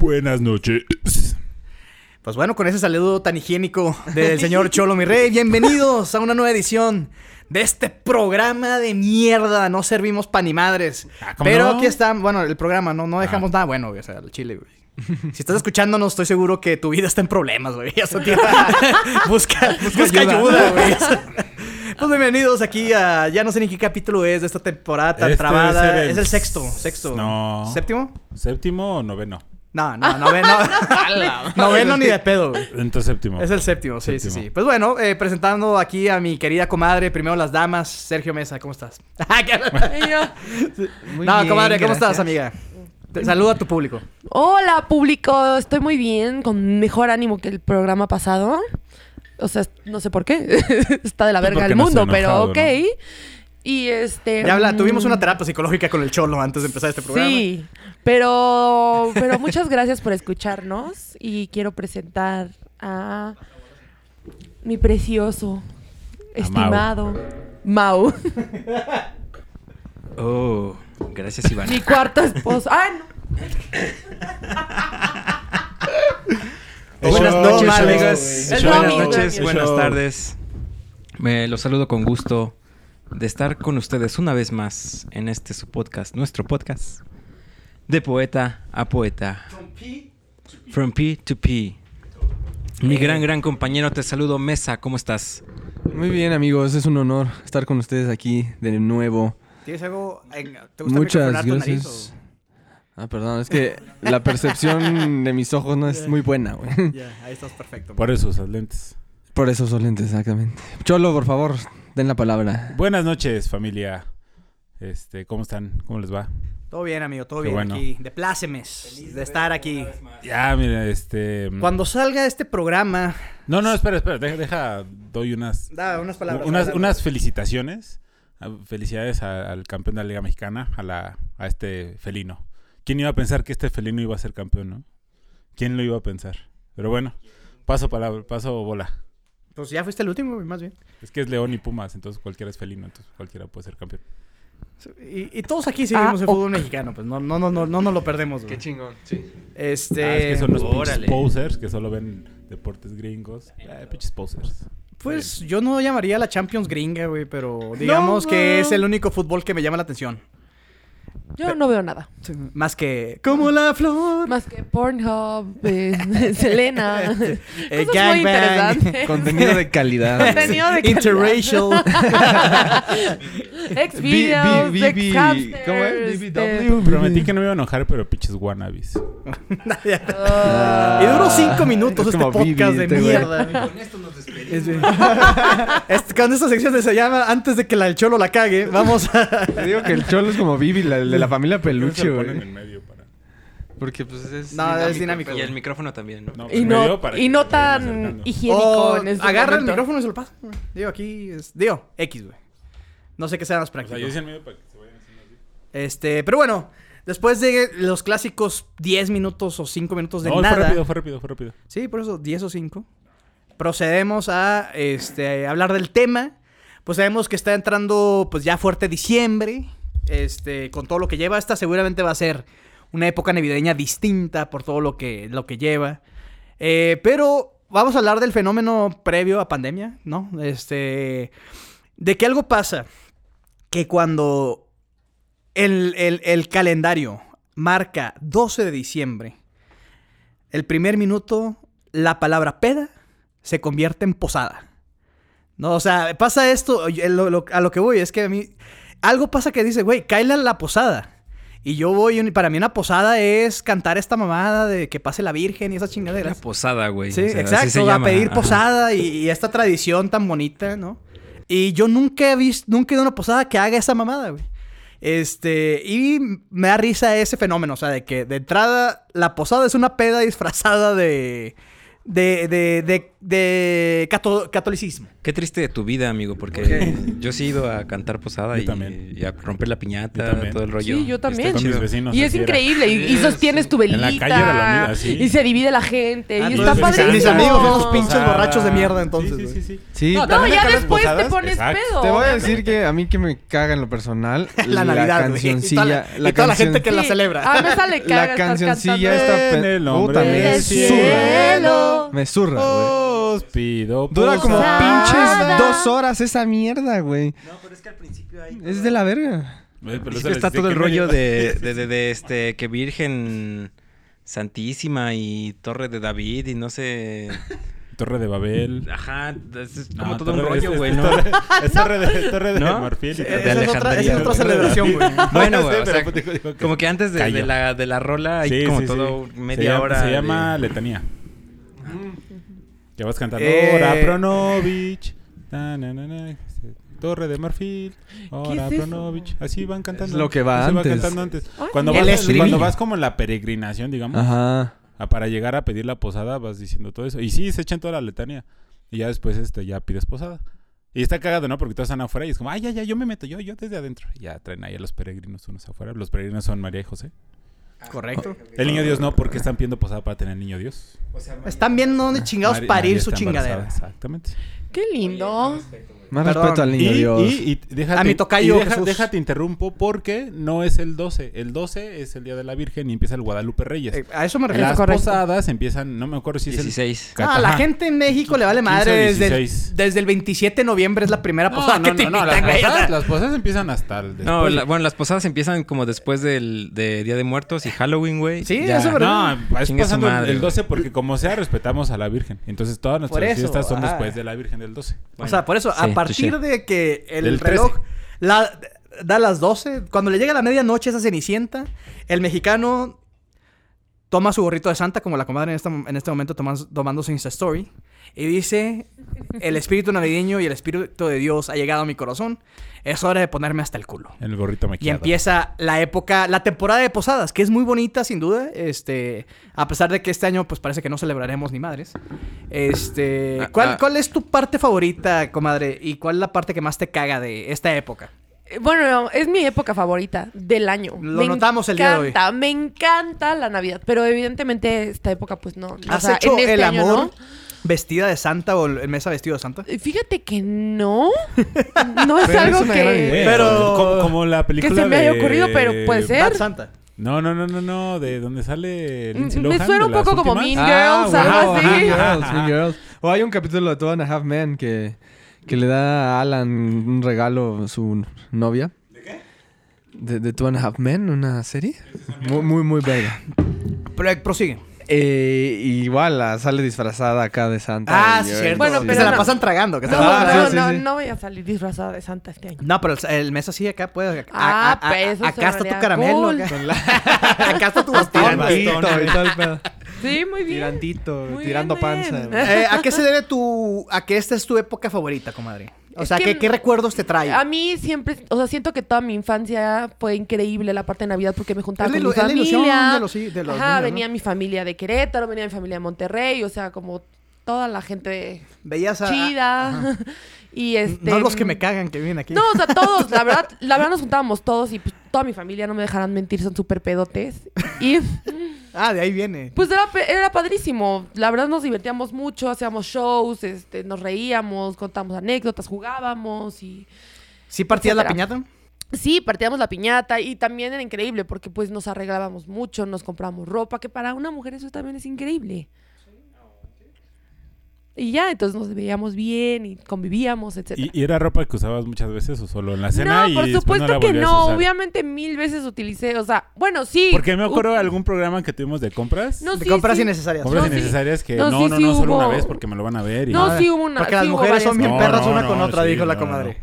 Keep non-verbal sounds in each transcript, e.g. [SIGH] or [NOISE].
Buenas noches. Pues bueno, con ese saludo tan higiénico del señor Cholo Mi Rey, bienvenidos a una nueva edición de este programa de mierda. No servimos pa' ni madres. Ah, ¿cómo Pero no? Ah. aquí está, bueno, el programa, no, no dejamos nada bueno, güey. O sea, el chile, güey. Si estás escuchándonos, estoy seguro que tu vida está en problemas, güey. [LAUGHS] O sea, tío, busca, busca ayuda, ayuda. güey. O sea, Pues bienvenidos aquí a. Ya no sé ni qué capítulo es de esta temporada tan Este trabada. es el- Es el sexto, sexto. No. ¿Séptimo? ¿Séptimo o noveno? No, [LAUGHS] no, noveno. noveno ni de pedo, güey. Entonces séptimo. Es el séptimo, sí, sí, Séptimo. sí. Pues bueno, eh, presentando aquí a mi querida comadre, primero las damas, Sergio Mesa, ¿cómo estás? [LAUGHS] Ah, Y yo, no, comadre, ¿cómo estás, amiga? Te- saluda a tu público. Hola, público. Estoy muy bien, con mejor ánimo que el programa pasado. O sea, no sé por qué. [LAUGHS] Está de la Pues verga porque el no mundo, estoy pero enojado, ok. Y este. Ya habla, mm, tuvimos una terapia psicológica con el Cholo antes de empezar este programa. Sí, pero, pero muchas gracias por escucharnos. Y quiero presentar a mi precioso, estimado Mau, [LAUGHS] Oh, gracias Iván. mi cuarto esposo. ¡Ah, no! Eso, Buenas eso, noches, eso, amigos. eso. El Buenas domingo. noches, Eso. buenas tardes. Me los saludo con gusto de estar con ustedes una vez más en este su podcast, nuestro podcast de poeta a poeta. From P to P. Eh. Mi gran gran compañero te saludo Mesa, ¿cómo estás? Muy bien, amigos, es un honor estar con ustedes aquí de nuevo. ¿Tienes algo? en- ¿Te gusta microfonar Muchas tu nariz gracias. Ah, perdón, es que la percepción de mis ojos no es muy buena, güey. o- Ya, ahí estás perfecto. Por e- eso usas lentes. Por eso son lentes, exactamente. Cholo, por favor, den la palabra. Buenas noches, familia. Este, ¿cómo están? ¿Cómo les va? Todo bien, amigo, todo Qué bien bueno. aquí. De plácemes, de estar aquí. Ya, mira, este. Cuando salga este programa, No, no, espera, espera. Deja, deja doy unas, da unas palabras. unas, Adelante. unas felicitaciones. Ah, Felicidades a- al campeón de la Liga Mexicana, a, la, a este felino. ¿Quién iba a pensar que este felino iba a ser campeón, no? ¿Quién lo iba a pensar? Pero bueno, paso palabra, paso bola. Pues ya fuiste el último, güey, más bien. Es que es León y Pumas, entonces cualquiera es felino, entonces cualquiera puede ser campeón. Y, y todos aquí seguimos el Ah, fútbol mexicano, pues no, no, no, no, no nos lo perdemos. güey. chingón, [LAUGHS] sí. Este, Ah, es que son los pinches órale. posers que solo ven deportes gringos. Eh, pinches posers. pues yo no llamaría a la Champions gringa, güey, pero digamos que es el único fútbol que me llama la atención. Yo no veo nada. Más que como la flor. Más que Pornhub, eh, [LAUGHS] Selena. [LAUGHS] Este, eh, cosas muy gangbang. interesantes. [LAUGHS] Contenido [LAUGHS] de calidad. güey. Contenido de calidad. Interracial. Ex B- videos, B- ex B- hamsters, ¿cómo es? este, [LAUGHS] BBW. Prometí que no me iba a enojar, pero pinches wannabis. ah, y duró cinco minutos Es este como Bibi, podcast de este güey. mierda. Con esto nos [LAUGHS] despedimos. con esta sección se llama Antes de que la, el cholo la cague, vamos [LAUGHS] a... Te digo que el cholo es como Vivi, la, el de la familia Se peluche, lo ponen güey. en medio para... Porque pues es... No, es dinámico. Y güey. el micrófono también, ¿no? No, Y en no, medio para y que no se vayan tan acercando. higiénico O en este Oh, agarra el momento. micrófono y se lo pasa. Digo, aquí es... Digo, X, güey. No sé qué sea más O práctico. sea, yo decía en medio para que se vayan haciendo así. Este, pero bueno, después de los clásicos 10 minutos o 5 minutos Pues de No, nada. fue rápido, fue rápido, fue rápido. Sí, por eso 10 o 5. Procedemos a este, hablar del tema. Pues sabemos que está entrando pues ya fuerte diciembre. Este, con todo lo que lleva, esta seguramente va a ser una época navideña distinta por todo lo que, lo que lleva. Eh, pero vamos a hablar del fenómeno previo a pandemia, ¿no? Este, de que algo pasa que cuando el, el- el calendario marca 12 de diciembre, el primer minuto, la palabra peda se convierte en posada. No, o sea, pasa esto, yo- lo- lo- a lo que voy, es que a mí, algo pasa que dice, güey, cáela la posada. Y yo voy, y para mí una posada es cantar esta mamada de que pase la Virgen y esas Una chingaderas. posada, güey. Sí, o sea, así se exacto, a llama. pedir Ajá. posada y, y esta tradición tan bonita, ¿no? Y yo nunca he visto, nunca he ido a una posada que haga esa mamada, güey. Este, y me da risa ese fenómeno, o sea, de que de entrada la posada es una peda disfrazada de, de, de, de, de cato- catolicismo. Qué triste de tu vida, amigo, porque Ok. yo sí he ido a cantar posada Yo y, también. y a romper la Yo piñata, también. todo el rollo. Sí, yo Está también. Con mis chido. vecinos. Y es así era. increíble. Y, y Sí, sostienes tu En velita. la calle era la amiga, sí. Y se divide la gente. Ah, y tú está eres padrísimo. mis amigos son los pinches Posada. borrachos de mierda, entonces, Sí, sí, sí, sí. Sí, No, No, También ya acá las después te posadas, pones exacto. pedo. Te voy a decir que a mí que me caga en lo personal [LAUGHS] La Navidad, güey. cancioncilla, Y toda la- y toda la gente que la celebra. A mí Ah, me sale [LAUGHS] la caga estar cancioncilla cantando. esta En pe- el nombre puta, me del Oh, zurra. cielo. Me zurra, güey. Os pido Dura como posada. pinches Posada. dos horas esa mierda, güey. No, pero es que al principio hay... Es de la verga. Güey, pero Es eso que les está decía todo el que no rollo lleva- de, de, de- de, este que Virgen Santísima y Torre de David y no sé. [LAUGHS] Torre de Babel. Ajá, es es No, como todo un Torre- es- rollo, es güey, ¿no? Torre- [LAUGHS] Es Torre de Torre de ¿No? Marfil y Eh, Torre de de Esa es otra, esa es otra Alejandría. [LAUGHS] celebración, güey. [LAUGHS] Bueno, güey, [LAUGHS] Sí, o pero sea, pues dijo- dijo que- Como que antes de, Cayó. de la, de la rola hay Sí, como sí, todo sí. media Se llama- hora. Se de- llama letanía. Que vas cantando. Eh. Ora Pronovich. ta, na, na, na, Torre de Marfil. Ora es eso? Pronovich. Así van cantando. Es lo que va Así antes. cantando antes. Ay, Cuando, el vas, estribillo. cuando vas como en la peregrinación, digamos. Ajá. a- Ah, para llegar a pedir la posada vas diciendo todo eso. Y sí, se echan toda la letanía. Y ya después este, ya pides posada. Y está cagado, ¿no? Porque todos están afuera y es como, ay, ya, ya, yo me meto, yo, yo desde adentro. Y ya traen ahí a los peregrinos unos afuera. Los peregrinos son María y José. Correcto. El niño Dios no, porque están pidiendo posada para tener niño Dios. Están viendo dónde chingados Mari- parir María su está chingadera. embarazada, Exactamente. Qué lindo. Más Perdón. respeto al niño Y, Dios. y- y déjate, A mi tocayo, y deja- Jesús. déjate interrumpo porque no es el 12. El 12 es el Día de la Virgen y empieza el Guadalupe Reyes. Eh, A eso me refiero. Las correcto. posadas empiezan, no me acuerdo si es el 16. No, a Ah, la Ajá. gente en México le vale 15 madre. o Desde el, 16. desde el 27 de noviembre es la Ah, primera pues, No, posada no, que no, te no, invitan, las, güey. posadas, las posadas empiezan hasta el después. No, la- bueno, las posadas empiezan como después del de Día de Muertos y Halloween, güey. Sí, Ya. eso es verdad. No, es Chingue su pasando el- madre, el 12 porque como sea respetamos a la Virgen. Entonces todas nuestras Por eso, fiestas son ah. ajá. después de la Virgen del 12. o sea, por eso, Sí, a partir touché. de que el Del reloj 13. la- da las 12, cuando le llega la medianoche esa cenicienta, el mexicano toma su gorrito de santa, como la comadre en este, en este momento tomas- tomando su Insta Story, y dice, el espíritu navideño y el espíritu de Dios ha llegado a mi corazón, es hora de ponerme hasta el culo. El gorrito Y maquillado. empieza la época, la temporada de posadas, que es muy bonita sin duda, este, a pesar de que este año pues parece que no celebraremos ni madres. Este, Ah, ¿cuál, ah. cuál es tu parte favorita, comadre? ¿Y cuál es la parte que más te caga de esta época? Eh, Bueno, es mi época favorita del año. Lo notamos el día de hoy. encanta, Me encanta la Navidad, pero evidentemente esta época pues no. O ¿Has sea, hecho en este el año, amor ¿no? vestida de santa o el mesa vestido de santa? Eh, Fíjate [LAUGHS] que no. No es Pero es algo una gran que, idea. Pero- como, como la película se me de- haya ocurrido, pero pues, ¿eh? puede ser. Bad Santa. No, no, no, no, no, de donde sale Lindsay Mm, Me Lohan. de suena un poco las como últimas. Mean Girls, algo Ah, huevo, así. Mean Girls, Mean Girls. O hay un capítulo de Two and a Half Men que, que le da a Alan un regalo a su novia. ¿De qué? De, Two and a Half Men, una serie. Muy, muy, muy verga. Pero prosigue. Eh, igual ah, sale disfrazada acá de Santa. Ah, Y- sí, cierto. Bueno, sí. pero que se la no. pasan tragando. que No, se la Ah, pasan no, sí, tragando. no, sí. no voy a salir disfrazada de Santa este año. No, pero el, el mesa sí acá puedes. a- a- Ah, a- pues, eso acá está sonaría tu caramelo. cool. Acá. [LAUGHS] acá está tu bastón. ¿eh? güey. Tirantito y todo el pedo. Sí, muy bien. Tirantito, Muy tirando bien, muy panza. bien. güey. Eh, ¿A qué se debe tu... a que esta es tu época favorita, comadre? O Es sea, que- ¿qué, qué recuerdos te trae? A mí siempre, o sea, siento que toda mi infancia fue increíble la parte de Navidad porque me juntaba Es la con mi ilu- es la familia. ilusión de los- de los Ajá, niños, venía mi familia de Querétaro, venía mi familia de Monterrey, o sea, como toda la gente Veías a... chida. [LAUGHS] y este No los que me cagan que vienen aquí. No, o sea, [LAUGHS] todos, la verdad, la verdad nos juntábamos todos y pues toda mi familia, no me dejarán mentir, son súper pedotes. Y [LAUGHS] Ah, de ahí viene. pues era, pe- era padrísimo. La verdad nos divertíamos mucho, hacíamos shows, este, nos reíamos, contábamos anécdotas, jugábamos y ¿Sí partías la etcétera. piñata? Sí, partíamos la piñata y también era increíble porque pues nos arreglábamos mucho, nos comprábamos ropa, que para una mujer eso también es increíble. Y ya, entonces nos veíamos bien y convivíamos, etc. ¿Y, y era ropa que usabas muchas veces o solo en la cena? no, y por después supuesto la que volvías a no, usar? obviamente mil veces utilicé, o sea, bueno, sí. Porque me acuerdo u- de algún programa que tuvimos de compras. No, De sí, compras sí. innecesarias. compras no, sí. innecesarias que No, no, sí, no, sí no, solo una hubo- vez porque me lo van a ver. Y... No, sí hubo una. Porque las sí hubo mujeres [LAUGHS] son varias bien No, perras no, una con no, otra, sí, dijo la no, comadre.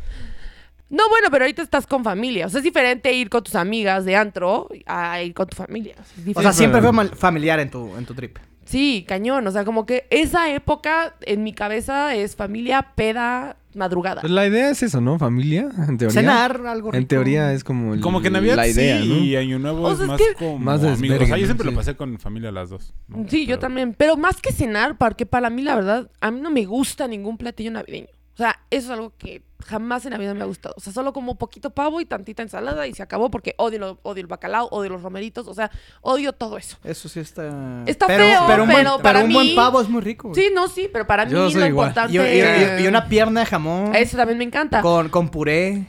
No, bueno, pero ahorita estás con familia. O sea, es diferente ir con tus amigas de antro a ir con tu familia. O sea, es O sea, diferente. siempre fue mal- familiar en tu, en tu trip. Sí, cañón. O sea, como que esa época en mi cabeza es familia, peda, madrugada. Pues la idea es eso, ¿no? Familia, en teoría. Cenar, algo En rico. teoría es como, el- Como que Navidad la idea, sí, ¿no? y Año Nuevo O es sea, es más que- como Más amigos. O sea, desvergue, yo siempre lo ¿no? Sí. pasé con familia las dos. ¿no? Sí, yo Pero- también. Pero más que cenar, porque para mí, la verdad, a mí no me gusta ningún platillo navideño. O sea, eso es algo que jamás en la vida me ha gustado. O sea, solo como poquito pavo y tantita ensalada y se acabó porque odio, lo- odio el bacalao, odio los romeritos, o sea, odio todo eso. Eso sí está. Está pero, feo, pero, un buen, pero para un buen mí- pavo es muy rico. Sí, no, sí, pero para mí Yo lo soy igual. Y, importante... Eh, y- y- y una pierna de jamón. Eso también me encanta. Con, con puré.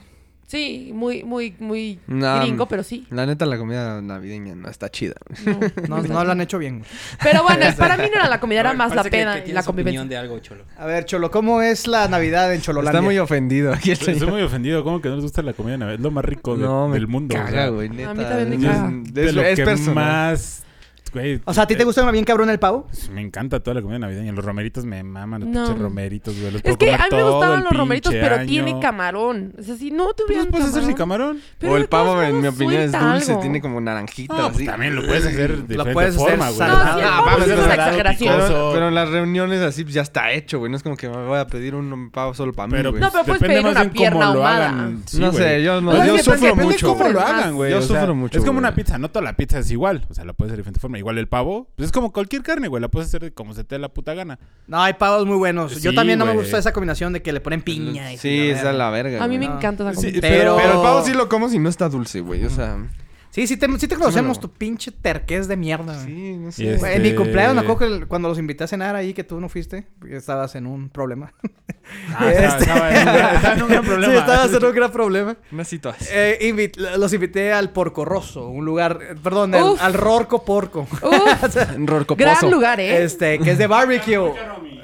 Sí, muy, muy, muy Nah, gringo, pero sí. La neta, la comida navideña no está chida. No. No, no lo han hecho bien. güey. Pero bueno, para mí no era la comida, era Ay, más la parece que- pena que y la tienes opinión convivencia. de algo, Cholo. A ver, Cholo, ¿cómo es la Navidad en Chololandia? Está muy ofendido aquí el Estoy señor. muy ofendido. ¿Cómo que no les gusta la comida de Navidad? Es lo más rico de- No, me del mundo. o sea, Caga, güey, mí neta. también me Es- caga. de Es, lo es que personal. más... güey, O sea, ¿a ti te gusta bien cabrón el pavo? eh, Me encanta toda la comida navideña. Los romeritos me maman. Los No. pinches romeritos, güey. Los Es puedo que comer a mí me todo gustaban el los romeritos, pinche pero año. tiene camarón. O sea, si no Pues tuvieran puedes hacer sin camarón... camarón. Pero o de el todos pavo, en mi modos opinión, es suelta dulce. algo. Tiene como naranjita. Ah, así. pues también lo puedes hacer de diferente puedes hacer forma, güey. salado. No, sí, el Ah, pavo pero sí es es una salado, exageración. picoso. Pero, pero en las reuniones así ya está hecho, güey. No es como que me voy a pedir un pavo solo para mí, Pero, güey. No, pero puedes depende pedir más una bien cómo pierna lo ahumada. hagan. Sí, no güey. sé, yo, no, Pues yo depende- sufro depende mucho. cómo güey. lo hagas. Yo sufro mucho, Es como güey. una pizza, no toda la pizza es igual. O sea, la puedes hacer de diferente forma. Igual el pavo, pues es como cualquier carne, güey. La puedes hacer de como se te dé la puta gana. No, hay pavos muy buenos. Yo Sí, también no me güey. gusta esa combinación de que le ponen piña. y Sí, la es a verga. la verga. A mí me güey. No. encanta esa Sí, [LAUGHS] comida. Pero- Pero... pero el pavo sí lo como si no está dulce, güey. O sea, Sí, sí te, sí te conocemos lo- tu pinche terquez de mierda. güey. sí, no Y sé. es- Güey, En mi Este- cumpleaños, me acuerdo que el- cuando los invité a cenar ahí, que tú no fuiste, porque estabas en un problema. [LAUGHS] Ah, estaba- estaba Este. en un gran- estaba en un gran problema. Sí, estabas en un gran problema. Una situación. Eh, invit- los invité al Porco Rosso, un lugar, eh, perdón, al, Uf. al Rorco Porco. Uf, gran lugar, ¿eh? Este, que es de barbecue.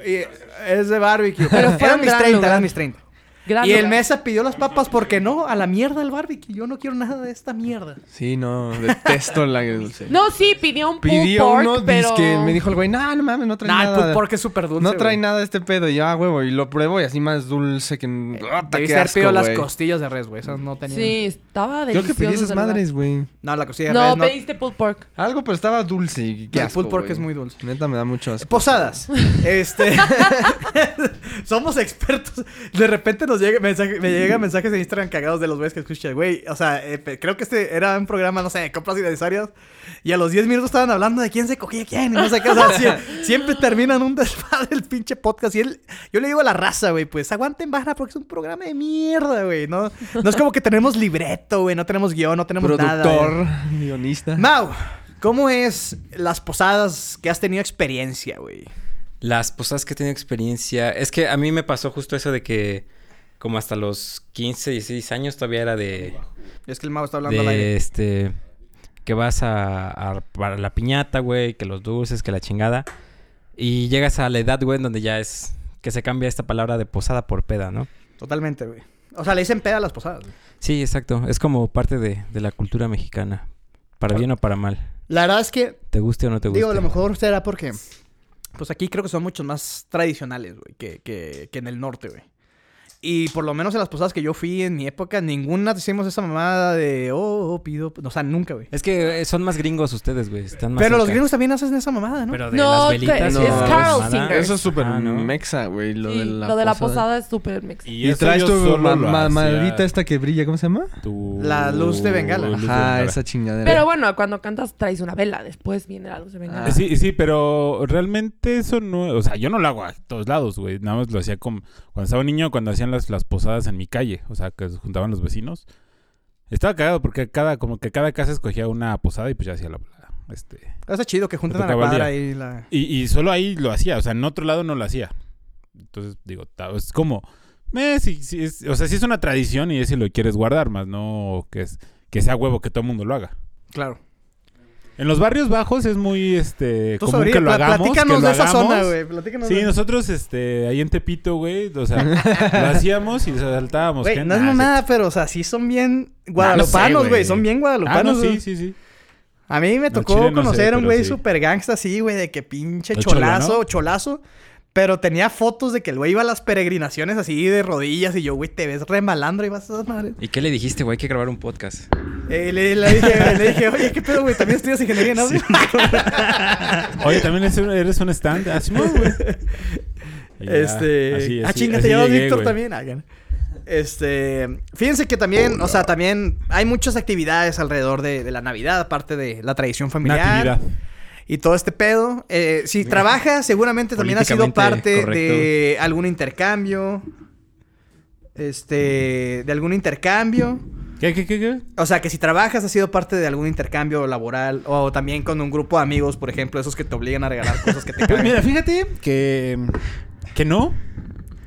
Y- es de barbecue. Pero fue eran un mis gran 30, lugar. eran mis 30. Gran y el lugar. mesa pidió las papas porque no, a la mierda el barbecue. Yo no quiero nada de esta mierda. Sí, no, detesto la dulce. No, sí, pidió un pulled Pidió pork, uno, pero... que me dijo el güey, no, no mames, no trae Nah, el nada. pulled pork es súper dulce. no trae güey. nada de este pedo, y yo, ah, huevo, y lo pruebo y así más dulce que. Eh, ¡Ah, qué Debiste haber asco, pedido las güey! costillas de res, güey. Esas no tenían. Sí, estaba Creo delicioso. que pedí esas de verdad. madres, güey. No, la costilla de No, res no. pediste pulled pork. Algo, pero estaba dulce. y Qué El asco, pulled pork güey. es muy dulce. Neta, me da mucho asco. Pues, Posadas. Este. [LAUGHS] Somos expertos. De repente nos llega mensaje- me llegan mensajes en Instagram cagados de los güeyes que escuchan, güey. O sea, eh, pe- creo que este era un programa, no sé, de compras innecesarias. Y a los 10 minutos estaban hablando de quién se cogía a quién. Y no sé qué. O sea, sie- siempre terminan un desmadre el pinche podcast. Y él, yo le digo a la raza, güey, pues aguanten barra porque es un programa de mierda, güey. No, no es como que tenemos libreto, güey. No tenemos guión, no tenemos nada. güey. Productor, eh. guionista. Mau, ¿cómo es las posadas que has tenido experiencia, güey? Las posadas que he tenido experiencia. Es que a mí me pasó justo eso de que, como hasta los 15, 16 años, todavía era de. Es que el Mau está hablando al de aire. este. Que vas a, a- para la piñata, güey, que los dulces, que la chingada. Y llegas a la edad, güey, en donde ya es. Que se cambia esta palabra de posada por peda, ¿no? Totalmente, güey. O sea, le dicen peda a las posadas. güey. Sí, exacto. Es como parte de, de la cultura mexicana. Para bien o para mal. La verdad es que, Te guste o no te guste. digo, a lo mejor será porque... Pues aquí creo que son muchos más tradicionales, güey, que, que, que en el norte, güey. Y por lo menos en las posadas que yo fui en mi época, ninguna hicimos esa mamada de, oh, oh, pido... O sea, nunca, güey. Es que eh, son más gringos ustedes, güey. Están más Pero los cerca. gringos también hacen esa mamada, ¿no? Pero de No, las te- velitas. es y de la Carl mamada. Singer. Eso es súper Ah, Ajá, ¿no? mexa, güey. Lo, Sí, de la lo de la posada. posada es súper mex. Y, eso traes yo tu solo ma- lo ma- hacía. maderita esta que brilla, ¿cómo se llama? Tu- La luz de Bengala. luz de Ajá, Bengala. esa chingadera. Pero bueno, cuando cantas traes una vela, después viene la luz de venganza. Ah. Sí, sí, pero realmente eso no... O sea, yo no lo hago a todos lados, güey. Nada más lo hacía con... Cuando estaba niño, cuando hacían las, las posadas en mi calle. O sea, que se juntaban los vecinos. Estaba cagado porque cada... Como que cada casa escogía una posada y pues ya hacía la... la- Este... Está chido que juntan Te a la tocaba el cuadra y la... Y, y solo ahí lo hacía, o sea, en otro lado no lo hacía. Entonces, digo, ta- es como, eh, si- si es- o sea, sí es una tradición y es si lo quieres guardar, más no que, es, que sea huevo que todo el mundo lo haga. Claro. En los barrios bajos es muy este, Tú común sobre, que lo hagamos. platícanos que lo de esa hagamos. zona, güey. Platícanos Sí, de- nosotros, este, ahí en Tepito, güey, o sea, lo hacíamos y nos asaltábamos. Güey, gente. no es Ah, mamada, pero, o sea, sí son bien No, no guadalupanos, sé, güey. güey. Son bien sí. Ah, no, guadalupanos. sí, güey. sí, sí. A mí me No, tocó Chile no sé, conocer a un pero güey sí. super gangsta así, güey, de que pinche El cholo, cholazo, ¿no? cholazo. Pero tenía fotos de que el güey iba a las peregrinaciones así de rodillas y yo, güey, te ves re malandro y vas a esas madres. ¿Y qué le dijiste, güey? Hay que grabar un podcast. Eh, le, le dije, le dije, oye, ¿qué pedo, [LAUGHS] güey? ¿También estudias ingeniería en audio? Oye, también eres un, eres un stand. Así, güey. Y ya, Este. así- ah, así- chinga, así te llamas llegué, Víctor güey. también. Ah, ya. Este. Fíjense que también, o sea, también hay muchas actividades alrededor de, de la Navidad, aparte de la tradición familiar. Natividad. Y todo este pedo. Eh, si trabaja, seguramente también ha sido parte Políticamente de algún intercambio. Este. De algún intercambio. ¿Qué, qué, qué, qué? O sea, que si trabajas, has sido parte de algún intercambio laboral. O también con un grupo de amigos, por ejemplo, esos que te obligan a regalar cosas que [LAUGHS] te Pues cagan. mira, fíjate que. Que no.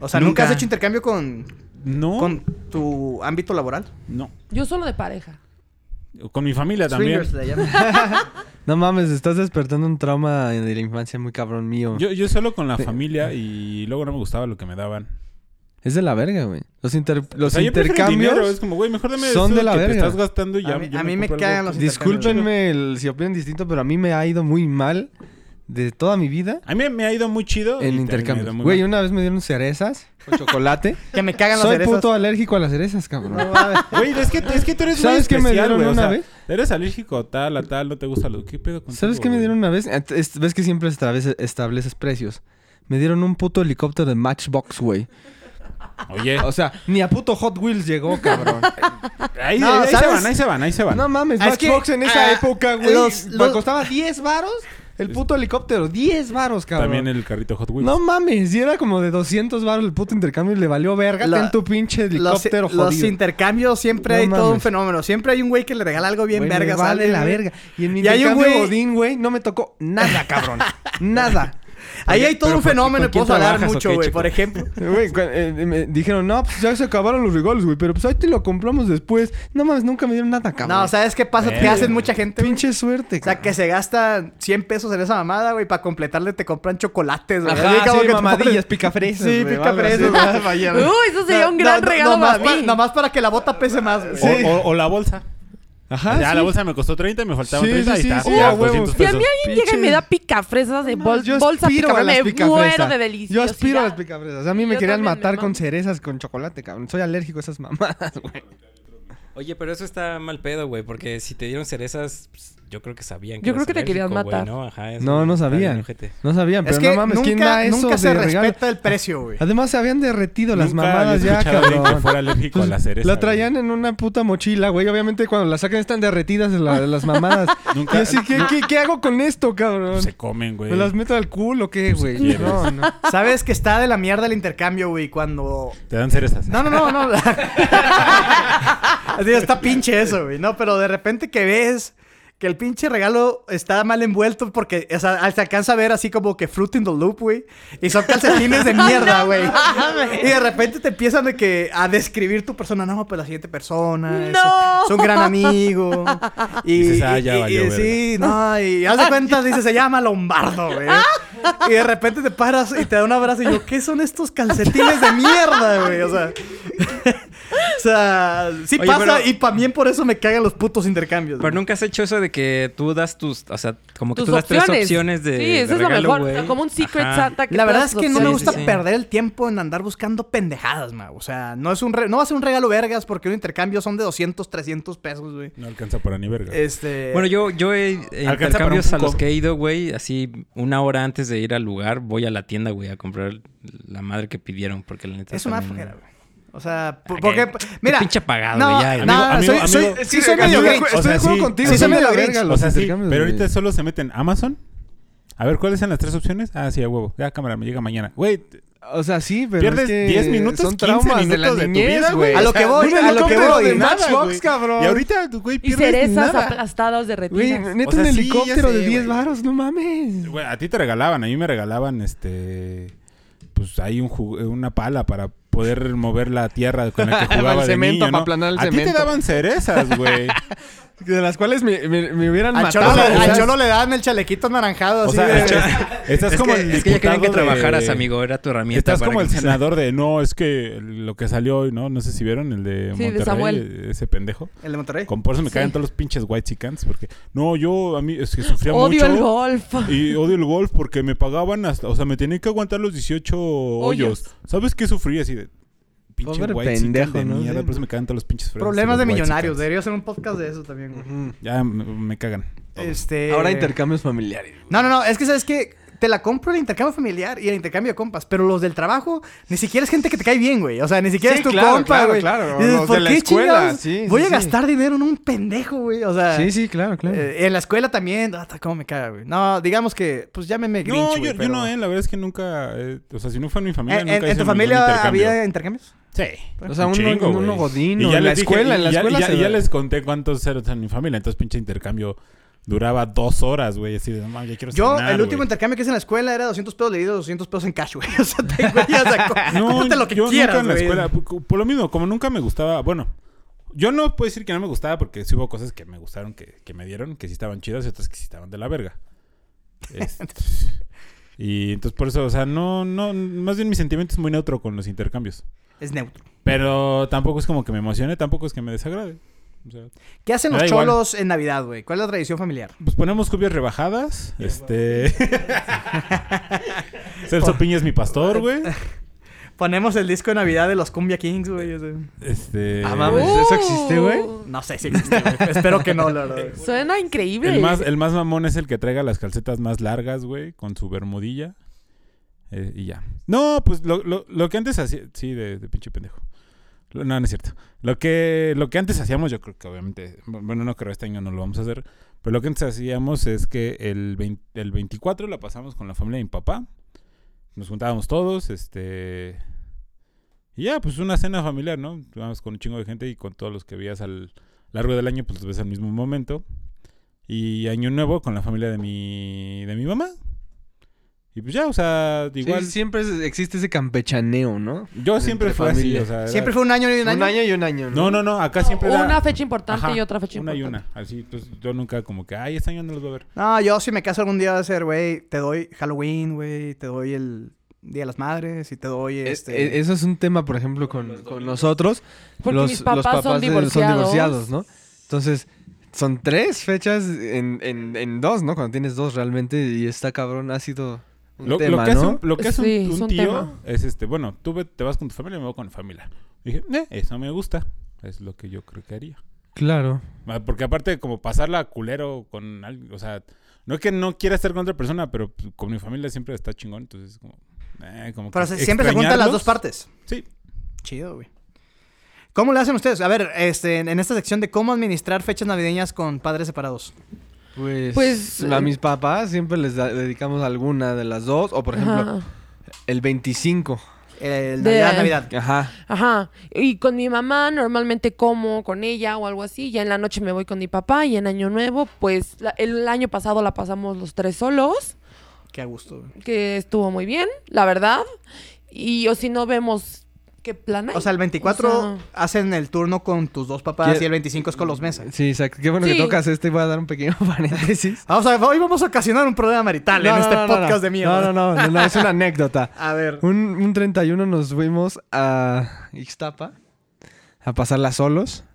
O sea, nunca has Nunca. hecho intercambio con, No. con tu ámbito laboral. No. Yo solo de pareja. Con mi familia también. Swingers le llaman. [LAUGHS] No mames, estás despertando un trauma de la infancia muy cabrón mío. Yo, yo solo con la Sí. familia y luego no me gustaba lo que me daban. Es de la verga, güey. Los, inter- los o sea, yo prefiero el intercambios. dinero, es como, güey, mejor dame son eso de la que te verga. estás gastando y ya. A mí- yo a mí me compro algo cagan los que- Discúlpenme el- si opinan distinto, pero a mí me ha ido muy mal de toda mi vida A mí me ha ido muy chido. y también en me ha ido intercambios. muy Güey, mal. una vez me dieron cerezas con [LAUGHS] chocolate. que me cagan las Soy cerezas. puto alérgico a las cerezas, cabrón. No mames. Güey, es que, es que tú eres muy ¿Sabes qué me especial, dieron güey, o una sea, vez? Eres alérgico a tal, a tal, no te gusta lo... ¿Qué pedo contigo, ¿Sabes qué me güey? dieron una vez? Ent- es- Ves que siempre establece- estableces precios. Me dieron un puto helicóptero de Matchbox, güey. Oye, O sea, ni a puto Hot Wheels llegó, [LAUGHS] cabrón. ahí, No, ahí se ¿sabes? van, ahí se van, ahí se van. No mames, Ah, es Matchbox que, en esa ah, época, güey. los- pa- los- Costaba 10 varos el puto helicóptero. 10 varos, cabrón. También el carrito Hot Wheels. No mames, y era como de 200 varos el puto intercambio y le valió verga. La- Ten tu pinche Los, helicóptero los jodido. intercambios siempre No hay todo un mames. fenómeno. Siempre hay un güey que le regala algo bien Güey, me verga. vale sale, la güey. verga. Y en mi Y hay un intercambio güey- Godín, güey, no me tocó [LAUGHS] nada, cabrón. nada. Ahí hay todo Pero un ¿por qué- fenómeno. con quién Puedo hablar trabajas o mucho, qué, güey. chico? Por ejemplo. Güey, cu- eh, eh, me dijeron, no, pues ya se acabaron los regalos, güey, pero pues ahí te lo compramos después. No mames, nunca me dieron nada, [LAUGHS] cabrón. No, ¿sabes qué pasa? Eh, Que hacen mucha gente. güey? pinche suerte, O sea, que se gastan 100 pesos en esa mamada, güey. Para completarle te compran chocolates, güey. Ajá, Así como sí, que- mamadillas, picafresas. Sí, güey, picafresas, algo [LAUGHS] así. güey. Uy, eso sería No, un gran no, no, regalo nomás para mí. Nomás para que la bota pese más, güey. O, o- o la bolsa. Ajá, ya, Ah, sí. la bolsa me costó 30, me faltaban Sí, 30 sí, y está. sí, sí, ya, a huevo. 200 Si a pesos. mí alguien llega y me da picafresas de bol- Yo bolsa aspiro a picafresas, las me picafresas. muero de deliciosidad. Yo aspiro a las picafresas. A mí me Yo querían también, matar mi con mamá. cerezas con chocolate, cabrón. Soy alérgico a esas mamadas, güey. Oye, pero eso está mal pedo, güey, porque si te dieron cerezas, pues, yo creo que sabían que Yo creo eras que te querían alérgico, güey, matar. ¿no? Ajá, eso No, no está bien sabían. ojete. No sabían, pero Es que no mames, ¿quién nunca, da eso nunca se de regalo? respeta el precio, güey. Además, se habían derretido las Nunca mamadas había ya, escuchado a alguien que cabrón. fuera alérgico Pues, a la cereza. la traían en una puta mochila, güey. Obviamente cuando la sacan están derretidas la- las mamadas. güey. [LAUGHS] Y Nunca... así, ¿qué, qué, qué hago con esto, cabrón? pues, se comen, güey. Pues ¿Me las meto al culo o qué, güey? quieres. no, no. Sabes que está de la mierda el intercambio, güey, cuando... Te dan cerezas. No, no, [LAUGHS] no, no. [LAUGHS] Así está pinche eso, güey. No, pero de repente que ves que el pinche regalo está mal envuelto porque o sea, ah, se alcanza a ver así como que fruit in the loop, güey. Y son calcetines de mierda, güey. y de repente te empiezan de que a describir tu persona. No, pues la siguiente persona. Es, No. es un gran amigo. Y, Dices, "Ah, ya y- y- valió, y verga". sí, no, y haz de cuenta, dice, se llama Lombardo, güey. Y de repente te paras y te da un abrazo y yo, ¿qué son estos calcetines de mierda, güey? O sea, [LAUGHS] o sea sí Oye, pasa pero- y también por eso me cagan los putos intercambios. Pero güey. nunca has hecho eso de que tú das tus, o sea, como que Tus tú das tres opciones. opciones de Sí, eso de es lo regalo, mejor. güey. Como un Secret Ajá. Santa. La verdad todas es que las no me opciones. gusta sí. perder el tiempo en andar buscando pendejadas, ma. O sea, no es un re- no va a ser un regalo vergas porque un intercambio son de 200, 300 pesos, güey. No alcanza para ni verga. Eh, Este Bueno, yo, yo he en para un intercambios a Funko. los que he ido, güey, así una hora antes de ir al lugar, voy a la tienda, güey, a comprar la madre que pidieron, porque la neta es una también- flojera, güey. O sea, po- Ah, porque qué- mira, qué pinche apagado, no, güey, ya, güey. no, Amigo, amigo, soy, amigo. soy- sí soy medio Estoy de grinch. acuerdo- O estoy sea, de acuerdo sí. contigo. Sí, son soy de la medio verga grinch. los O sea, sí, intercambios, pero güey. ahorita solo se meten Amazon. A ver, ¿cuáles son las tres opciones? Ah, sí, a huevo. Ya, cámara, me llega mañana. Güey, O sea, sí, pero Pierdes es que 10 minutos, son 15 traumas de la minutos de tu niñez, vida, güey. A lo que voy, un a lo que helicóptero voy. de Nada, Matchbox, güey. cabrón. Y ahorita, güey, Y pierdes cerezas nada. aplastadas de Güey, retinas. neta, O sea, un sí, ya helicóptero sé, de 10 güey. varos, no mames. Güey, a ti te regalaban, a mí me regalaban este pues hay un jugu- una pala para poder mover la tierra con [LAUGHS] la que Para el jugaba de cemento, niño, para ¿no? aplanar el A ti te cemento. daban cerezas, güey. De las cuales me, me- me hubieran Al matado. cholo, le- o sea, al cholo le dan el chalequito anaranjado. O así sea, de- estás- estás Es como que, el es que ya querían que diputado de- trabajaras, amigo. Era tu herramienta. Estás para como que el te- senador de, no, es que lo que salió hoy, ¿no? No sé si vieron el de Sí, de Monterrey, Samuel. ese pendejo. El de Monterrey. Con por eso me Sí. caen todos los pinches white chickens, porque, no, yo, a mí, es que sufría Odio mucho. el golf. Y odio el golf porque me pagaban hasta, o sea, me tenían que aguantar los 18 hoyos. Hoyos. ¿Sabes qué sufrí así de pinche Pobre white chicken pendejo, de ¿no? mierda? Sí. Por eso me cagan todos los pinches fresas y Problemas los de white millonarios. chickens. Debería ser un podcast de eso también, güey. Ujú. Eh, Ya me, me cagan. Este... Ahora intercambios familiares. güey. No, no, no. Es que, ¿sabes que Te la compro el intercambio familiar y el intercambio de compas. Pero los del trabajo, ni siquiera es gente que te cae bien, güey. O sea, ni siquiera Sí, es tu claro, compa, claro, güey. claro. Y dices, Los ¿por de la qué escuela, chingados sí, Voy sí, a sí. gastar dinero en un pendejo, güey. O sea... Sí, sí, claro, claro. eh, en la escuela también, ah, cómo me caga, güey. No, digamos que, pues llámeme Grinch, no, güey, yo, yo pero- no, eh, la verdad es que nunca, eh, o sea, si no fue en mi familia, ¿En, nunca en- en hice tu ningún familia intercambio. había intercambios? Sí. o sea, Un uno, chingo, uno güey. godín. Y o ya en la les dije- escuela, en y la ya- escuela. y ya, se y ya da. les conté cuántos ceros en mi familia, entonces pinche intercambio duraba dos horas, güey, así de, no mames, ya quiero Yo, cenar, el último güey". intercambio que hice en la escuela era 200 pesos leídos, 200 pesos en cash, güey. [LAUGHS] O sea, te güey, o [LAUGHS] sea, co- cómprate lo que yo quieras, nunca en la güey. escuela, por por lo mismo, como nunca me gustaba, bueno, yo no puedo decir que no me gustaba porque sí hubo cosas que me gustaron, que, que me dieron, que sí estaban chidas y otras que sí estaban de la verga. [LAUGHS] Este, y entonces por eso, o sea, no, no, más bien mi sentimiento es muy neutro con los intercambios. Es neutro. Pero tampoco es como que me emocione, tampoco es que me desagrade. O sea, ¿Qué hacen Me los da igual. cholos en Navidad, güey? ¿Cuál es la tradición familiar? pues ponemos cubias rebajadas, este... [LAUGHS] [LAUGHS] Celso Piña es mi pastor, güey. Ponemos el disco de Navidad de los Cumbia Kings, güey. o sea. Este... Ah, mames. ¿Eso existe, güey? No sé si [LAUGHS] existe, güey. Espero que no, la verdad. güey. Uh, Suena increíble. El más, el más mamón es el que traiga las calcetas más largas, güey, con su bermudilla. Eh, y ya. No, pues lo, lo- lo que antes hacía. Sí, de, de pinche pendejo. Lo- No, no es cierto. Lo que, lo que antes hacíamos, yo creo que obviamente. Bueno, no creo, este año no lo vamos a hacer. Pero lo que antes hacíamos es que el, 20 el 24 la pasamos con la familia de mi papá. Nos juntábamos todos, este. Y ya, pues una cena familiar, ¿no? Vamos con un chingo de gente y con todos los que veías al largo del año, pues los ves al mismo momento. Y Año Nuevo con la familia de mi, de mi mamá. Y pues ya, o sea, igual. Igual siempre es- existe ese campechaneo, ¿no? Yo siempre Entre fui así, familia. o sea. era- Siempre fue un año y un Un año. año y un año. No, no, no, acá siempre era. Una fecha importante Ajá, y otra fecha Una y importante. una. Así, pues yo nunca como que, ay, este año no los voy a ver. No, yo si me caso algún día va a ser, güey, te doy Halloween, güey, te doy el Día de las Madres y te doy E- este... e- Eso es un tema, por ejemplo, con, con nosotros. Porque los, mis papás los son de- divorciados. divorciados, ¿no? Entonces, son tres fechas en, en- en dos, ¿no? Cuando tienes dos realmente y está cabrón, ha sido un Lo, lo tema, que hace ¿no? un, lo que hace un- Sí, es un un tío tema. es este, bueno, tú ve- te vas con tu familia y me voy con mi familia. Dije, eh, eso me gusta. Es lo que yo creo que haría. Claro. Ah, Porque aparte, como pasarla culero con alguien, o sea, no es que no quiera estar con otra persona, pero pues, con mi familia siempre está chingón, entonces como, eh, como Pero que se- siempre se juntan las dos extrañarlos. partes. Sí. Chido, güey. ¿Cómo le hacen ustedes? A ver, este, en en esta sección de cómo administrar fechas navideñas con padres separados. Pues, Pues, a eh, mis papás siempre les da- dedicamos alguna de las dos, o por ejemplo, Ajá. el 25. El De- Navidad, Navidad. Ajá. Ajá. Y con mi mamá normalmente como con ella o algo así. Ya en la noche me voy con mi papá y en Año Nuevo, pues la- el año pasado la pasamos los tres solos, Qué a gusto, güey. que estuvo muy bien, la verdad. Y o si no vemos qué plan hay. O sea, el 24 O sea- hacen el turno con tus dos papás y ¿Qué- el 25 es con los mesas. Sí, exacto. Qué bueno Sí. que tocas este. Voy a dar un pequeño [LAUGHS] paréntesis. Vamos a ver, hoy vamos a ocasionar un problema marital en No, no, este no, no, podcast no. de mierda. No, no, no, no, no, es una anécdota. A ver. Un, un 31 nos fuimos a Ixtapa a [LAUGHS] pasarla solos.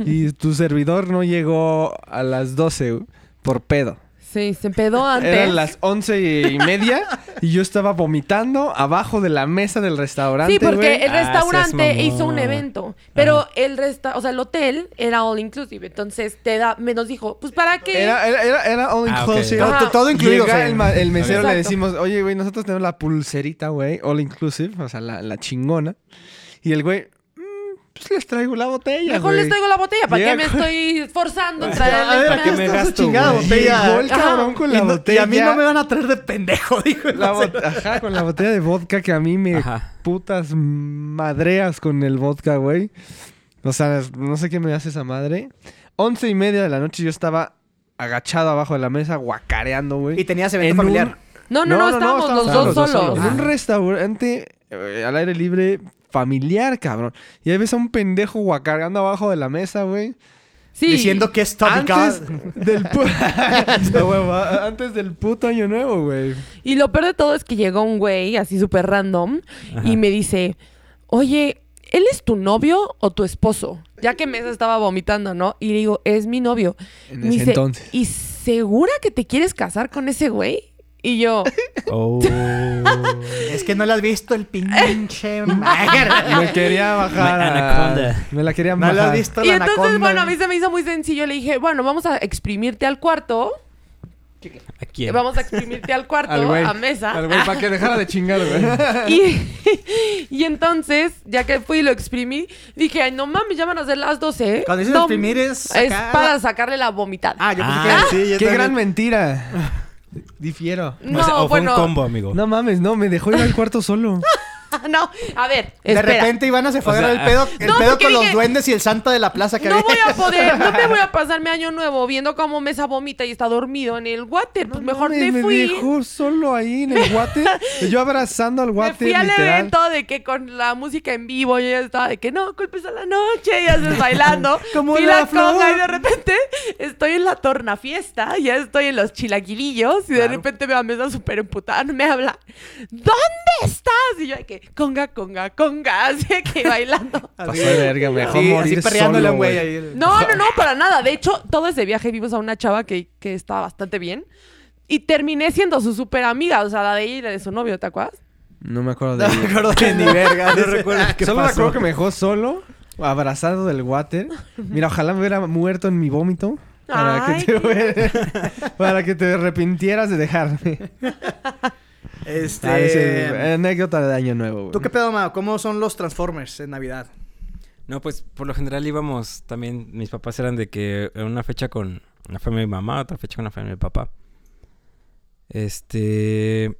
y tu servidor no llegó a las 12 por pedo. Sí, se empedó antes. Eran las once y media y yo estaba vomitando abajo de la mesa del restaurante. Sí, porque güey. el Ah, seas restaurante mamón. hizo un evento, pero el resta, o sea, el hotel era all inclusive, entonces te da, me nos dijo, pues para qué Era, era, era, era all Ah, ok. inclusive. Ajá. Todo- todo incluido. Llega o sea, el, ma- el mesero, le Exacto. decimos, oye, güey, nosotros tenemos la pulserita, güey, all inclusive, o sea, la, la chingona. Y el güey, "Mm, pues les traigo la botella. mejor güey". les traigo la botella, ¿para Llega qué me con- Pues, estoy forzando a A ver, traer aquí me está su gasto, chingada güey. botella. Llegó el Ajá. cabrón con y, la no- y botella. a mí no me van a traer de pendejo, [LAUGHS] dijo. el la mesero. bot- Ajá, con la botella de vodka que a mí me [LAUGHS] Ajá. putas madreas con el vodka, güey. O sea, no sé qué me hace esa madre. Once y media de la noche yo estaba agachado abajo de la mesa, guacareando, güey. Y tenías evento En un- familiar. No, no, no, estábamos los dos Ah. estábamos solos. Ah, En un restaurante eh, al aire libre familiar, cabrón. Y ahí ves a un pendejo guacargando abajo de la mesa, güey. Sí. Diciendo que es Top Antes God. del, pu- [LAUGHS] No, güey, va- antes del puto año nuevo, güey. Y lo peor de todo es que llegó un güey así súper random y me dice, oye, ¿él es tu novio o tu esposo? Ya que Mesa estaba vomitando, ¿no? Y le digo, es mi novio. En Me ese dice, entonces. ¿y segura que te quieres casar con ese güey? Y yo, Oh. Es que no le has visto el [LAUGHS] pinche mar. Me quería bajar. My a- anaconda. Me la quería No bajar. le has visto y la entonces, anaconda. bueno, a mí se me hizo muy sencillo. Le dije, bueno, vamos a exprimirte al cuarto. Eh, ¿A quién? Vamos a exprimirte al cuarto, Al güey. a Mesa. Al güey, para que dejara de chingar, [LAUGHS] güey. Y, y [LAUGHS] entonces, ya que fui y lo exprimí, dije, ay, no mames, ya van a ser las 12. ¿eh? Cuando dices No, exprimir es Es sacar- para sacarle la vomitada. Ah, yo pensé Ah, que sí, yo Qué también. gran mentira. Difiero. no, o sea, pues, o fue bueno, un combo, amigo. No mames, no, me dejó ir al cuarto solo. [LAUGHS] no, a ver, De espera. repente Ivana se fue a O sea, agarrar el pedo, el No, pedo porque con los dije- duendes y el santa de la plaza que No había. voy [LAUGHS] a poder, no me [LAUGHS] voy a pasar mi año nuevo viendo cómo Mesa vomita y está dormido en el water. [LAUGHS] Pues mejor Mames, me me fui. dejó solo ahí en el [LAUGHS] guate. yo abrazando al Me guate, fui al literal. evento de que con la música en vivo yo ya estaba de que no, golpes a la noche y [LAUGHS] haces bailando. Como Fui la la flor. conga, y de repente estoy en la torna fiesta, ya estoy en los chilaquilillos y de repente me va a mesa súper emputada, no me habla. ¿Dónde estás? Y yo de que conga, conga, conga, [LAUGHS] así de que [LAUGHS] bailando. Pasó de verga, me dejó Sí, morir así perreándole a solo, un güey güey. ahí. No, no, no, para nada. De hecho, todo ese viaje vimos a una chava que, que estaba bastante bien. Y terminé siendo su súper amiga, o sea, la de ella y la de su novio, ¿te acuerdas? No me [LAUGHS] acuerdo de No [LAUGHS] me ella. acuerdo de ni [LAUGHS] verga. Ah, No Ah, recuerdo qué "Ah, Solo me acuerdo pasó. que me dejó solo, abrazado del water. Mira, ojalá me hubiera muerto en mi vómito. Para, Ay, que te, [LAUGHS] para que te arrepintieras de dejarme. Ah, ese- eh. Este... anécdota de año nuevo, güey. ¿Tú qué pedo, Mao? ¿Cómo son los Transformers en Navidad? [LAUGHS] No, pues por lo general íbamos también, mis papás eran de que era una fecha con una familia de mi mamá, otra fecha con una familia de mi papá. Este...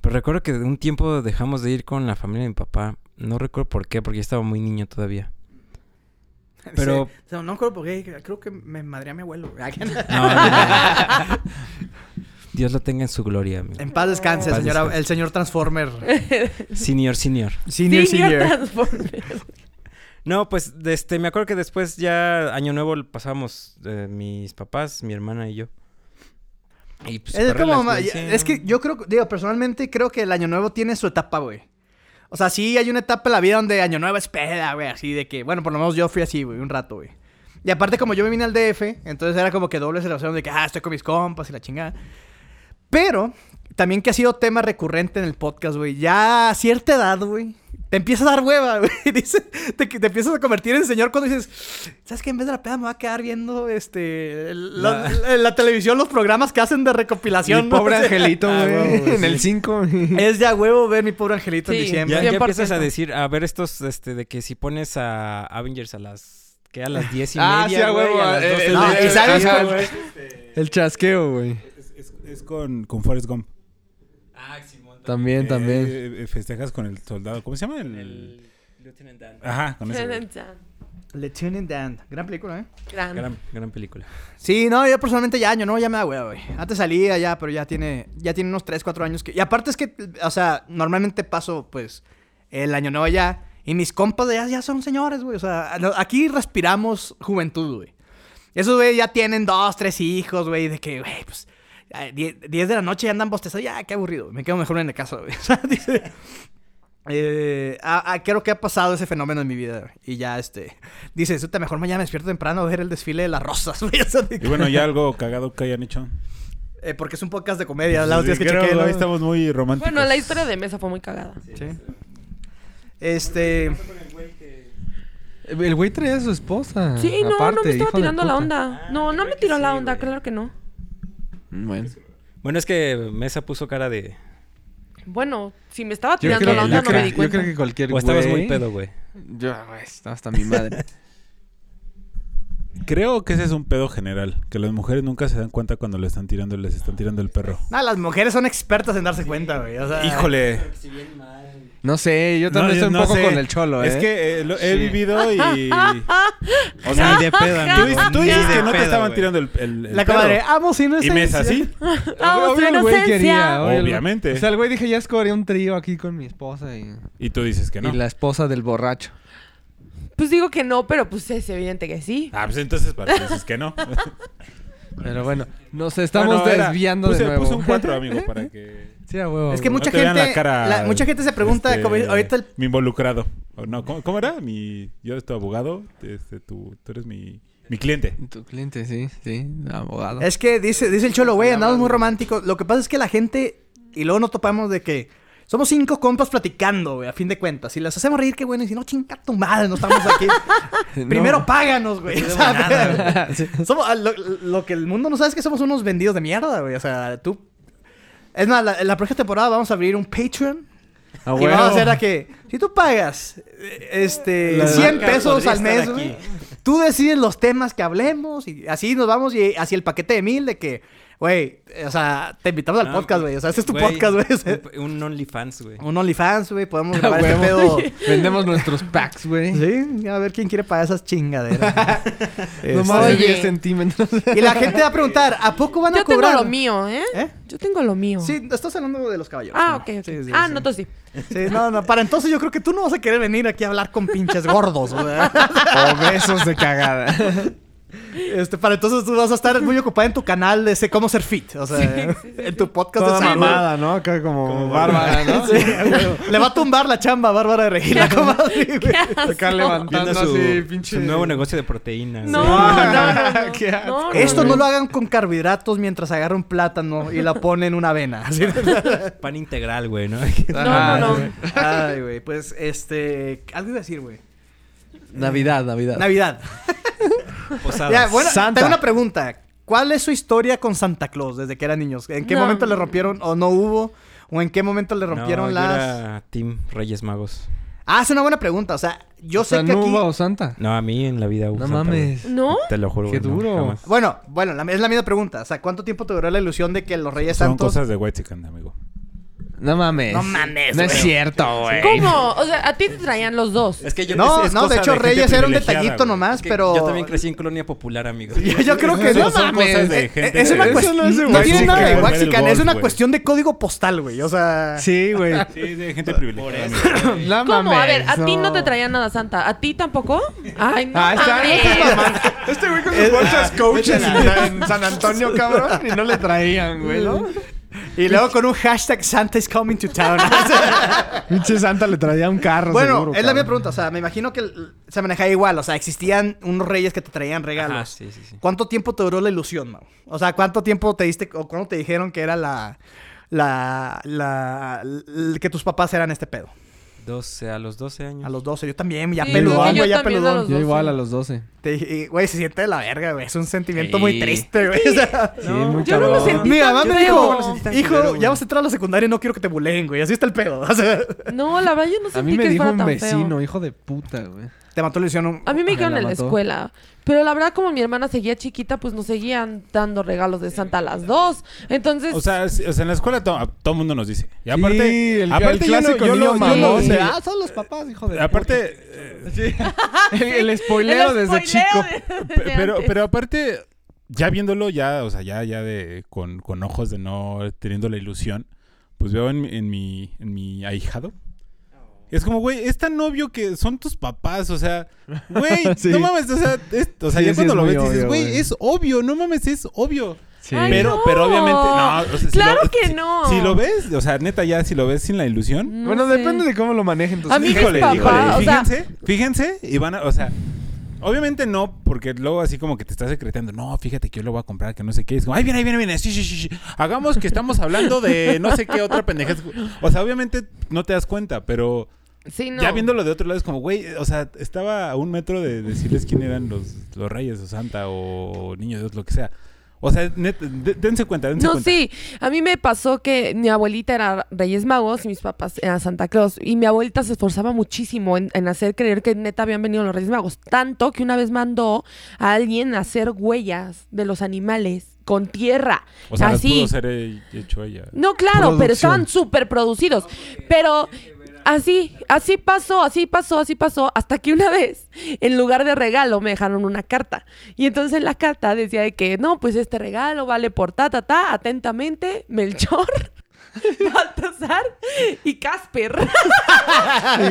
Pero recuerdo que de un tiempo dejamos de ir con la familia de mi papá. No recuerdo por qué, porque yo estaba muy niño todavía. Pero- Sí. No, no me acuerdo porque creo que me madré a mi abuelo. güey. No, no, no. Dios lo tenga en su gloria, amigo. [LAUGHS] En paz descanse, Paz señora, descanse. el señor Transformer. Senior, senior. [LAUGHS] Senior [LAUGHS] Senior, senior. Transformer. No, pues de este, me acuerdo que después ya Año Nuevo lo pasábamos eh, mis papás, mi hermana y yo. Y pues, Es, perra como, las ma- vencieron. es que yo creo, digo, personalmente creo que el Año Nuevo tiene su etapa, güey. O sea, sí hay una etapa en la vida donde Año Nuevo es peda, güey, así de que, bueno, por lo menos yo fui así, güey, un rato, güey. Y aparte como yo me vine al DF, entonces era como que doble celebración de que, ah, estoy con mis compas y la chingada. Pero también que ha sido tema recurrente en el podcast, güey, ya a cierta edad, güey. Te empieza a dar hueva, [LAUGHS] güey. Dice, te, te empiezas a convertir en señor cuando dices, ¿sabes qué? En vez de la peda me va a quedar viendo este, el- la, en la televisión los programas que hacen de Mi recopilación. ¿no? [LAUGHS] pobre O sea, angelito, Ah, güey. huevo, güey, en el sí. 5. Es ya huevo ver mi pobre angelito en Sí. diciembre. Ya, ya 100%. empiezas a decir, a ver estos, este, de que si pones a Avengers a las, ¿qué? A las diez y Ah, [LAUGHS] sí, media, a güey, huevo, a las eh, doce eh, del no, día, ¿y sabes ajá, cuál? güey. El chasqueo, güey. Es, es- es con, con Forrest Gump. Ah, Simón, También, Eh, también. eh, eh, festejas con el soldado. ¿Cómo se llama? El, el Lieutenant Dan. Ajá, con ese. [LAUGHS] güey. Le Tune in Dan. Gran película, ¿eh? Gran. Gran, gran película. Sí, no, yo personalmente ya año, no, ya me da hueva, güey. Antes salía ya, pero ya tiene, ya tiene unos 3, 4 años que... Y aparte es que, o sea, normalmente paso, pues, el año nuevo ya. Y mis compas de allá ya son señores, güey. O sea, no- aquí respiramos juventud, güey. Esos, güey, ya tienen dos, tres hijos, güey. De que, güey, pues, 10 de la noche ya andan bostezando. Ya, qué aburrido. Me quedo mejor en la casa, güey. [LAUGHS] O sea, dice... Eh, a- a- creo que ha pasado ese fenómeno en mi vida. güey. Y ya, este. Dice, "Suta, mejor mañana me despierto temprano a ver el desfile de las rosas, [LAUGHS] güey. O sea, de Y que- bueno, ya algo cagado que hayan hecho. eh, porque es un podcast de comedia. La última vez que Creo, chequé, ¿no? Ahí estamos muy románticos. Bueno, la historia de Mesa fue muy cagada. Sí. Este. El güey traía a su esposa. Sí, no, no aparte, me estaba hijo de tirando la puta. onda. No, no me tiró la onda, claro Ah, que no. Mm, Bueno. Bueno, es que Mesa puso cara de... Bueno, si me estaba Yo tirando creo, la yo onda no creo- me di yo cuenta. creo que cualquier O güey... estabas muy pedo, güey. Yo, güey, estaba hasta mi madre. Creo que ese es un pedo general, que las mujeres nunca se dan cuenta cuando le están tirando, les están tirando el perro. No, las mujeres son expertas en darse cuenta, güey. O sea, Híjole. No sé, yo también yo estoy un no poco sé. con el cholo, ¿eh? Es que eh, lo- he vivido [LAUGHS] y... O sea, ni de [LAUGHS] pedo, Tú amigo. dices, tú Ni dices de que no te pedo, estaban güey. tirando el, el- el La perro. eh, comadre, Ah, amo si no es Y me es [LAUGHS] así, Vamos, Obvio el güey inocencia. obvio el güey. Obviamente. O sea, el güey dije, ya escobré un trío aquí con mi esposa y... y tú dices que no. y la esposa del borracho. Pues digo que no, pero pues es evidente que sí. Ah, pues entonces para qué dices que no. Pero bueno, nos estamos Bueno, era- desviando puse, de nuevo. Puse un 4, amigo, para que... [LAUGHS] Sí, a huevo. Es que güey. mucha te vean gente. la cara, la- mucha gente se pregunta, este, como ahorita el. Mi involucrado. O no, ¿cómo, cómo era? Mi, yo eres tu abogado, este, tú, tú eres mi, mi cliente. Tu cliente, sí, sí, abogado. Es que dice, dice el cholo, güey, andamos muy románticos. Lo que pasa es que la gente. Y luego no topamos de que. Somos cinco compas platicando, güey, a fin de cuentas. Si las hacemos reír, qué bueno. Y si no, chinga tu madre, no estamos [LAUGHS] aquí. [LAUGHS] No. Primero páganos, güey. o sea, Sí. [LAUGHS] somos- ah, lo, lo que el mundo no sabe es que somos unos vendidos de mierda, güey. O sea, tú. Es más, la, en la próxima temporada vamos a abrir un Patreon. A y huevo. vamos a hacer a que, si tú pagas eh, este, La 100 marca pesos podría al mes, estar aquí. güey, tú decides los temas que hablemos y así nos vamos y hacia el paquete de mil de que, güey, o sea, te invitamos al No, podcast, güey. O sea, este es tu Ah, Güey, podcast, güey. o sea, un- Un OnlyFans, güey. Un OnlyFans, güey, podemos A grabar este huevo. pedo. [LAUGHS] Vendemos nuestros packs, güey. Sí, a ver quién quiere pagar esas chingaderas. güey. No más de Este, Oye. 10 [LAUGHS] centímetros. Y la gente va a preguntar, ¿a poco van a Yo tengo cobrar? lo mío, ¿eh? ¿Eh? Yo tengo lo mío. Sí, estás hablando de los caballeros. Ah, ok. ok. Sí, sí, ah, sí. no, tú sí. Sí, no, no, para entonces yo creo que tú no vas a querer venir aquí a hablar con pinches gordos, [LAUGHS] güey. Obesos de [LAUGHS] cagada. Este, para entonces tú vas a estar muy ocupada en tu canal de sé cómo ser fit. O sea, en tu podcast Toda de salud. mamada, ¿no? Acá como, bárbara, [LAUGHS] ¿no? Sí, güey. Le va a tumbar la chamba a Bárbara de Regina, comadre, güey. [LAUGHS] Acá Viendo levantando su, así, pinche... su nuevo negocio de proteínas. No, güey. no, no, no. Qué asco. No, no, Esto no lo hagan con carbohidratos mientras agarra un plátano y la pone en una avena. Así. [LAUGHS] Pan integral, güey, ¿no? [LAUGHS] Ah, No, no, no. Ay, güey, pues este. Algo iba a decir, güey. Navidad, Navidad. Navidad. Posadas. Ya, bueno, Santa. tengo una pregunta. ¿Cuál es su historia con Santa Claus desde que eran niños? ¿En qué No. momento le rompieron o no hubo? ¿O en qué momento le rompieron No, yo las.? era Team Reyes Magos. Ah, es una buena pregunta. O sea, yo o sea, sé que no aquí. hubo Santa. No, a mí en la vida hubo No Santa, güey. mames. ¿No? Te lo juro, Qué güey, no, duro. jamás. Bueno, bueno, la- es la misma pregunta. O sea, ¿cuánto tiempo te duró la ilusión de que los Reyes Son Santos. cosas de White Chicken, amigo. No mames. No mames, No es güey. cierto, güey. ¿Cómo? O sea, a ti te traían los dos. Es que yo No, es- es no, de cosa hecho, gente Reyes era un privilegiada, detallito güey. nomás, Es que pero. Yo también crecí en colonia popular, amigo. Yo, yo creo que Son- no son mames. cosas de Eh, gente es una de- Eso cuestión. no No, es de tiene Waxican. nada de Ver el Waxican, es golf, una güey. cuestión de código postal, güey. O sea. Sí, güey. Sí, de gente privilegiada. amigo. No ¿Cómo? mames, A ver, a ti no te traían nada, Santa. ¿A ti tampoco? Ay, no. Ah, está, no seas mames. mamón. Este güey con sus bolsas coaches en, en San Antonio, cabrón, y no le traían, güey, ¿no? Y luego con un hashtag Santa is coming to town. Pinche Santa le traía un carro, bueno, seguro, es la misma cabrón. pregunta. O sea, me imagino que el- se manejaba igual. O sea, existían unos reyes que te traían regalos. Ajá, sí, sí, sí. ¿Cuánto tiempo te duró la ilusión, Mau? O sea, ¿cuánto tiempo te diste o cuándo te dijeron que era la. la. la. l- que tus papás eran este pedo? 12, a los 12 años. A los 12. Yo también, ya Sí, creo peludón, que güey, yo ya también a peludón. los- Yo igual 12. a los 12. Te dije, güey, se siente de la verga, güey. Es un sentimiento muy Sí. triste, güey. O sea, Sí, muy Yo no lo cabrón. sentí. mi tan mamá me feo. dijo, tan hijo, culero, güey". ya vas a entrar a la secundaria y no quiero que te buleen, güey. Así está el pedo. [LAUGHS] O sea, No, la verdad yo no A sentí mí me que dijo fuera un tan vecino, feo. hijo de puta, güey. te mató la ilusión. un- A mí me Ah, dijeron la en la mató. escuela. Pero la verdad, como mi hermana seguía chiquita, pues nos seguían dando regalos de Santa a las dos. Entonces, O sea, sí, o sea, en la escuela to- a todo el mundo nos dice. Y Sí, aparte, el- aparte el yo lo- clásico yo lo- niño yo lo- mamón. o sea, Ah, son los papás, hijo de aparte, eh, Ah, El, el spoileo desde chico. [LAUGHS] pe- pero, pero aparte, ya viéndolo, ya, o sea, ya, ya de con, con ojos de no teniendo la ilusión, pues veo en, mi- en mi, en mi ahijado. Oh. Es como, güey, es tan obvio que son tus papás, o sea, güey, [LAUGHS] Sí. no mames, o sea, es- o sea Sí, ya sí, cuando es lo muy ves dices, obvio, güey, güey. es obvio, no mames, es obvio. Sí. Ay, Pero, no. pero obviamente, no, o sea, si Claro lo- que si- no. Mm. Si lo ves, o sea, neta, ya si lo ves sin la ilusión, No Bueno, sé. depende de cómo lo manejen. tus A mí hijos. Pues Híjole, papá, o sea- fíjense, fíjense, y van a, o sea, obviamente no, porque luego así como que te estás secretando, no, fíjate que yo lo voy a comprar, que no sé qué, es como, ay, viene, ahí viene, viene, sí, sí, sí, sí, hagamos que estamos hablando de no sé qué otra pendejez. O sea, obviamente no te das cuenta, pero Sí, no. ya viéndolo de otro lado es como, güey, o sea, estaba a un metro de decirles quién eran los, los reyes o santa o niño Dios, lo que sea. O sea, neta, de- dense cuenta, dense No, cuenta. sí. A mí me pasó que mi abuelita era Reyes Magos y mis papás eran Santa Claus. Y mi abuelita se esforzaba muchísimo en, en hacer creer que neta habían venido los Reyes Magos. Tanto que una vez mandó a alguien a hacer huellas de los animales con tierra. O sea, las así. pudo ser he- hecho ella. No, claro, pero estaban súper producidos. Pero así, así pasó, así pasó, así pasó, hasta que una vez, en lugar de regalo, me dejaron una carta. Y entonces en la carta decía de que, no, pues este regalo vale por ta, ta, ta, atentamente, Melchor, [LAUGHS] Baltasar y Casper. Y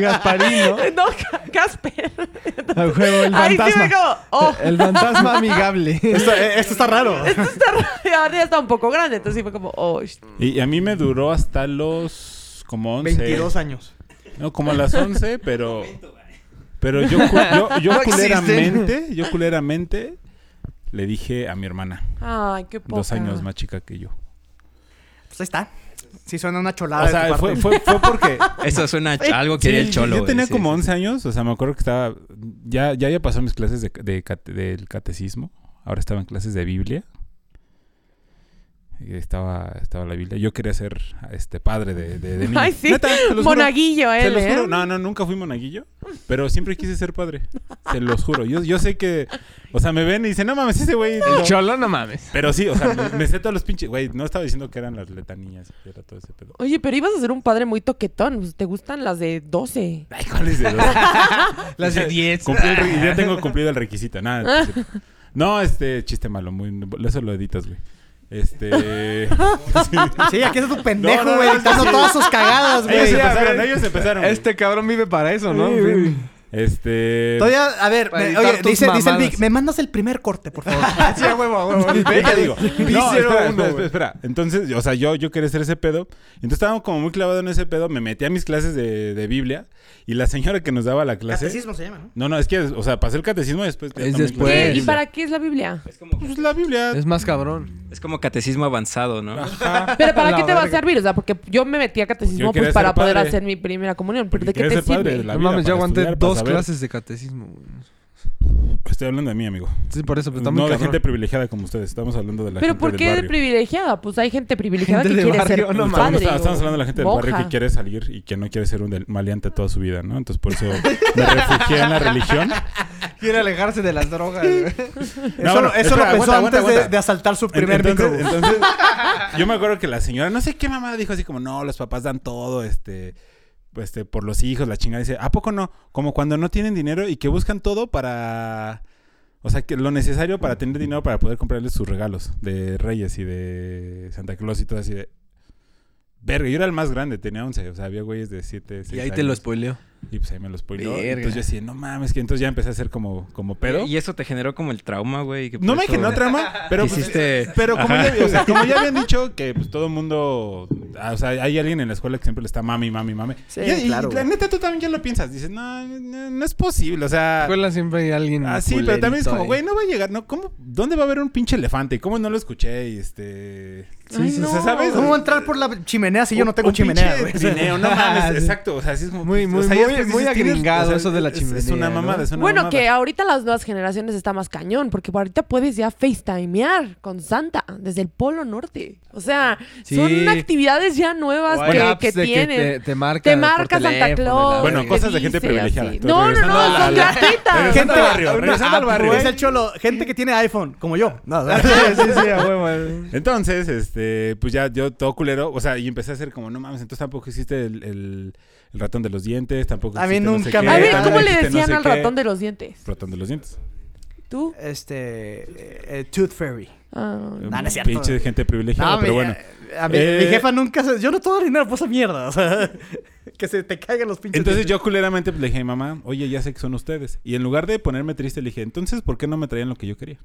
[LAUGHS] Gasparino. no, Ca- Casper. Al juego, el Ahí sí me fantasma. como, oh. El [LAUGHS] fantasma amigable. [LAUGHS] Esto, eh, esto está raro. Esto está, raro. Y [LAUGHS] ahora ya está un poco grande, entonces sí fue como, oh, sh- Y, y a mí me duró hasta los como 11. 22 años. No, como a las [LAUGHS] 11, pero... Pero yo, cu- yo, yo No existe. culeramente, yo culeramente le dije a mi hermana, ay, qué poca. dos años más chica que yo. Pues ahí está. Sí, suena una cholada. O sea, fue, fue, fue porque... [LAUGHS] Eso suena a ch- algo que era Sí, el cholo. Yo güey, tenía sí, como sí. 11 años, o sea, me acuerdo que estaba. Ya, ya había pasado mis clases de, de cate- del catecismo. Ahora estaba en clases de Biblia. Y estaba, estaba la Biblia. Yo quería ser este padre de, de, [LAUGHS] de niño. Ay, sí. Neta, se los juro. Monaguillo, él, Se los ¿eh? juro. No, no, nunca fui monaguillo. Pero siempre quise ser padre. Se los juro. Yo, yo sé que. O sea, me ven y dicen, no mames, ese güey. no". Cholo, no mames. Pero sí, o sea, me, me sé todos los pinches. Güey, no estaba diciendo que eran las letanías. que Era todo ese pedo. Oye, pero ibas a ser un padre muy toquetón. pues, Te gustan las de 12. Ay, ¿cuál es de dos? Las de Ya 10. cumplí el re- ya tengo cumplido el requisito. Nada. es cierto. No, este chiste malo, muy eso lo editas, güey. Este [LAUGHS] sí. [LAUGHS] Sí, aquí está tu pendejo, No, no, güey. no, dando todas sus cagadas, Ellos güey. sí, empezaron, ver. ellos empezaron. güey. Este cabrón vive para eso, ¿no? Sí, En güey. fin. Este Todavía, a ver, Para me- editar oye, tus dice, dice el Vic, mamadas. me mandas el primer corte, por favor. ¿Ah, Sí, a huevo, a huevo. Ve, ya digo. No, P01, espera, espera, güey. espera, espera. Entonces, o sea, yo, yo quería hacer ese pedo. Entonces estaba como muy clavado en ese pedo. Me metí a mis clases de, de Biblia. Y la señora que nos daba la clase. Catecismo se llama, ¿no? No, no, es que, o sea, pasé el catecismo y después. ya Es también- después. Pues, ¿Y la- para qué es la [LAUGHS] Biblia? Pues la Biblia. Es más cabrón. Es como catecismo avanzado, ¿no? Ajá. ¿Pero para La qué te va a verga. servir? O sea, porque yo me metí a Yo catecismo quería pues, para ser poder padre. hacer mi primera comunión. ¿Pero Porque de qué quería te ser padre sirve? La no vida mames, para yo aguanté estudiar, para dos saber. clases de catecismo. güey. pues, Estoy hablando de mí, amigo. Sí, por eso, pero Pues está No muy de cabrón. gente privilegiada como ustedes. Estamos hablando de la ¿Pero gente por del qué de barrio. privilegiada? Pues hay gente privilegiada Gente que de quiere barrio, ser no Estamos- padre. estamos, o estamos hablando de la gente del barrio monja. que quiere salir y que no quiere ser un del- maleante toda su vida, ¿no? Entonces por eso me refugié en la religión. Quiere alejarse de las drogas. güey. No, eso bueno, eso espera, lo pensó aguanta, antes aguanta. De, de asaltar su En- primer entonces, micro. [LAUGHS] entonces, yo me acuerdo que la señora, no sé qué mamá dijo así como, no, los papás dan todo, este, este, por los hijos, la chingada. Dice, ¿a poco no? Como cuando no tienen dinero y que buscan todo para, o sea, que lo necesario para tener dinero para poder comprarles sus regalos de Reyes y de Santa Claus y todo así de... Verga, yo era el más grande, tenía 11, o sea, había güeyes de 7, 6 Y ahí te lo spoileo. Y pues ahí me los spoiló. Verga. Entonces yo decía, no mames, que entonces ya empecé a hacer como, como pedo. Y eso te generó como el trauma, güey. que por No me eso generó [LAUGHS] trama, pero pues, Quisiste- pero como ya, o sea, [LAUGHS] como ya habían dicho que pues, todo el mundo, ah, o sea, hay alguien en la escuela que siempre le está mami, mami, mami. Sí, y, y claro, la güey. neta tú también ya lo piensas, dices, no, no, no es posible, o sea, En la escuela siempre hay alguien. así, pero también es culerito como, ahí. güey, no va a llegar, no, ¿cómo, dónde va a haber un pinche elefante? ¿Cómo no lo escuché? Y este, Ay, o sea, no. ¿sabes? ¿Cómo voy a entrar por la chimenea si yo Un- no tengo un pinche chimenea, güey? trineo, no mames, [LAUGHS] Sí. exacto, o sea, así es como Muy, o muy, sea, ya muy- después muy ¿quién eres? agringado eso de la es- Es chimenea, una ¿no? mamada, es una Bueno, mamada. que ahorita las nuevas generaciones está más cañón, porque ahorita puedes ya facetimear con Santa desde el Polo Norte. O sea, Sí. son actividades ya nuevas O que, hay apps que de que tienen. te- te marca Te por marca Santa teléfono, la Claus. verga. Bueno, te cosas de gente dice, privilegiada. así. Entonces, No, no, regresando a no, la- son la- gratuitas. regresando al barrio, una regresando al app, barrio. güey. Dice el cholo, gente que tiene iPhone, como yo. No, [LAUGHS] no. Sí, sí, a huevo. Entonces, este, pues ya yo todo culero, o sea, y empecé a hacer como, no mames, entonces tampoco existe el, el- el ratón de los dientes, tampoco A mí existe no nunca sé qué, me- A ver, también ¿cómo le existe no decían sé al qué. ratón de los dientes? Ratón de los dientes. ¿Tú? Este. eh, eh, Tooth Fairy. Ah, no es cierto. Pinche gente privilegiada, No, pero mi- bueno. a mí- Eh, mi jefa nunca se. Yo no todo el dinero por esa mierda. O sea, [LAUGHS] que se te caigan los pinches. Entonces yo culeramente pues, le dije a mi mamá, oye, ya sé que son ustedes. Y en lugar de ponerme triste, le dije, entonces, ¿por qué no me traían lo que yo quería?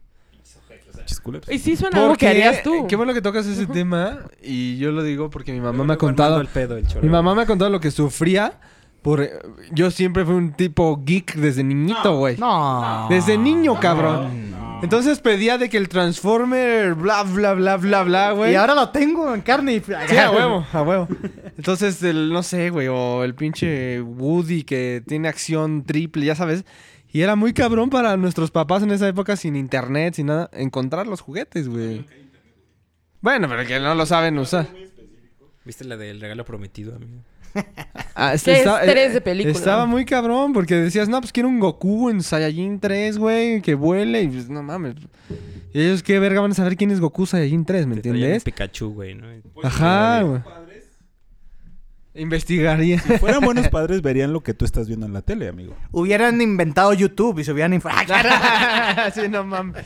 Pinches culeros. [LAUGHS] y sí suena algo Porque- que harías tú. Qué bueno que tocas ese tema. Y yo lo digo porque mi mamá me ha Luego armando contado. el pedo, el cholo. Mi mamá me ha contado lo que sufría. Por, yo siempre fui un tipo geek desde niñito, güey. No. Desde niño, cabrón. Entonces pedía de que el Transformer, bla, bla, bla, bla, bla, güey. Y ahora lo tengo en carne y. Sí, [LAUGHS] a huevo, a huevo. Entonces, el, no sé, güey, o el pinche Woody que tiene acción triple, ya sabes. Y era muy cabrón para nuestros papás en esa época, sin internet, sin nada, encontrar los juguetes, güey. Bueno, pero que no lo saben usar. ¿Viste la del regalo prometido, amigo? Ah, es- Que es está- tres eh, de película. Estaba muy cabrón porque decías, no, pues quiero un Goku en Saiyajin 3, güey, que vuele. Y pues, no mames. Y ellos qué verga van a saber quién es Goku Saiyajin 3, ¿me Te traían un entiendes? Pikachu, güey, ¿no? Ajá, güey. Investigaría. Si fueran buenos padres, verían lo que tú estás viendo en la tele, amigo. [LAUGHS] Hubieran inventado YouTube y se hubieran... inf- [LAUGHS] ¡Ah, claro! [LAUGHS] sí, no mames.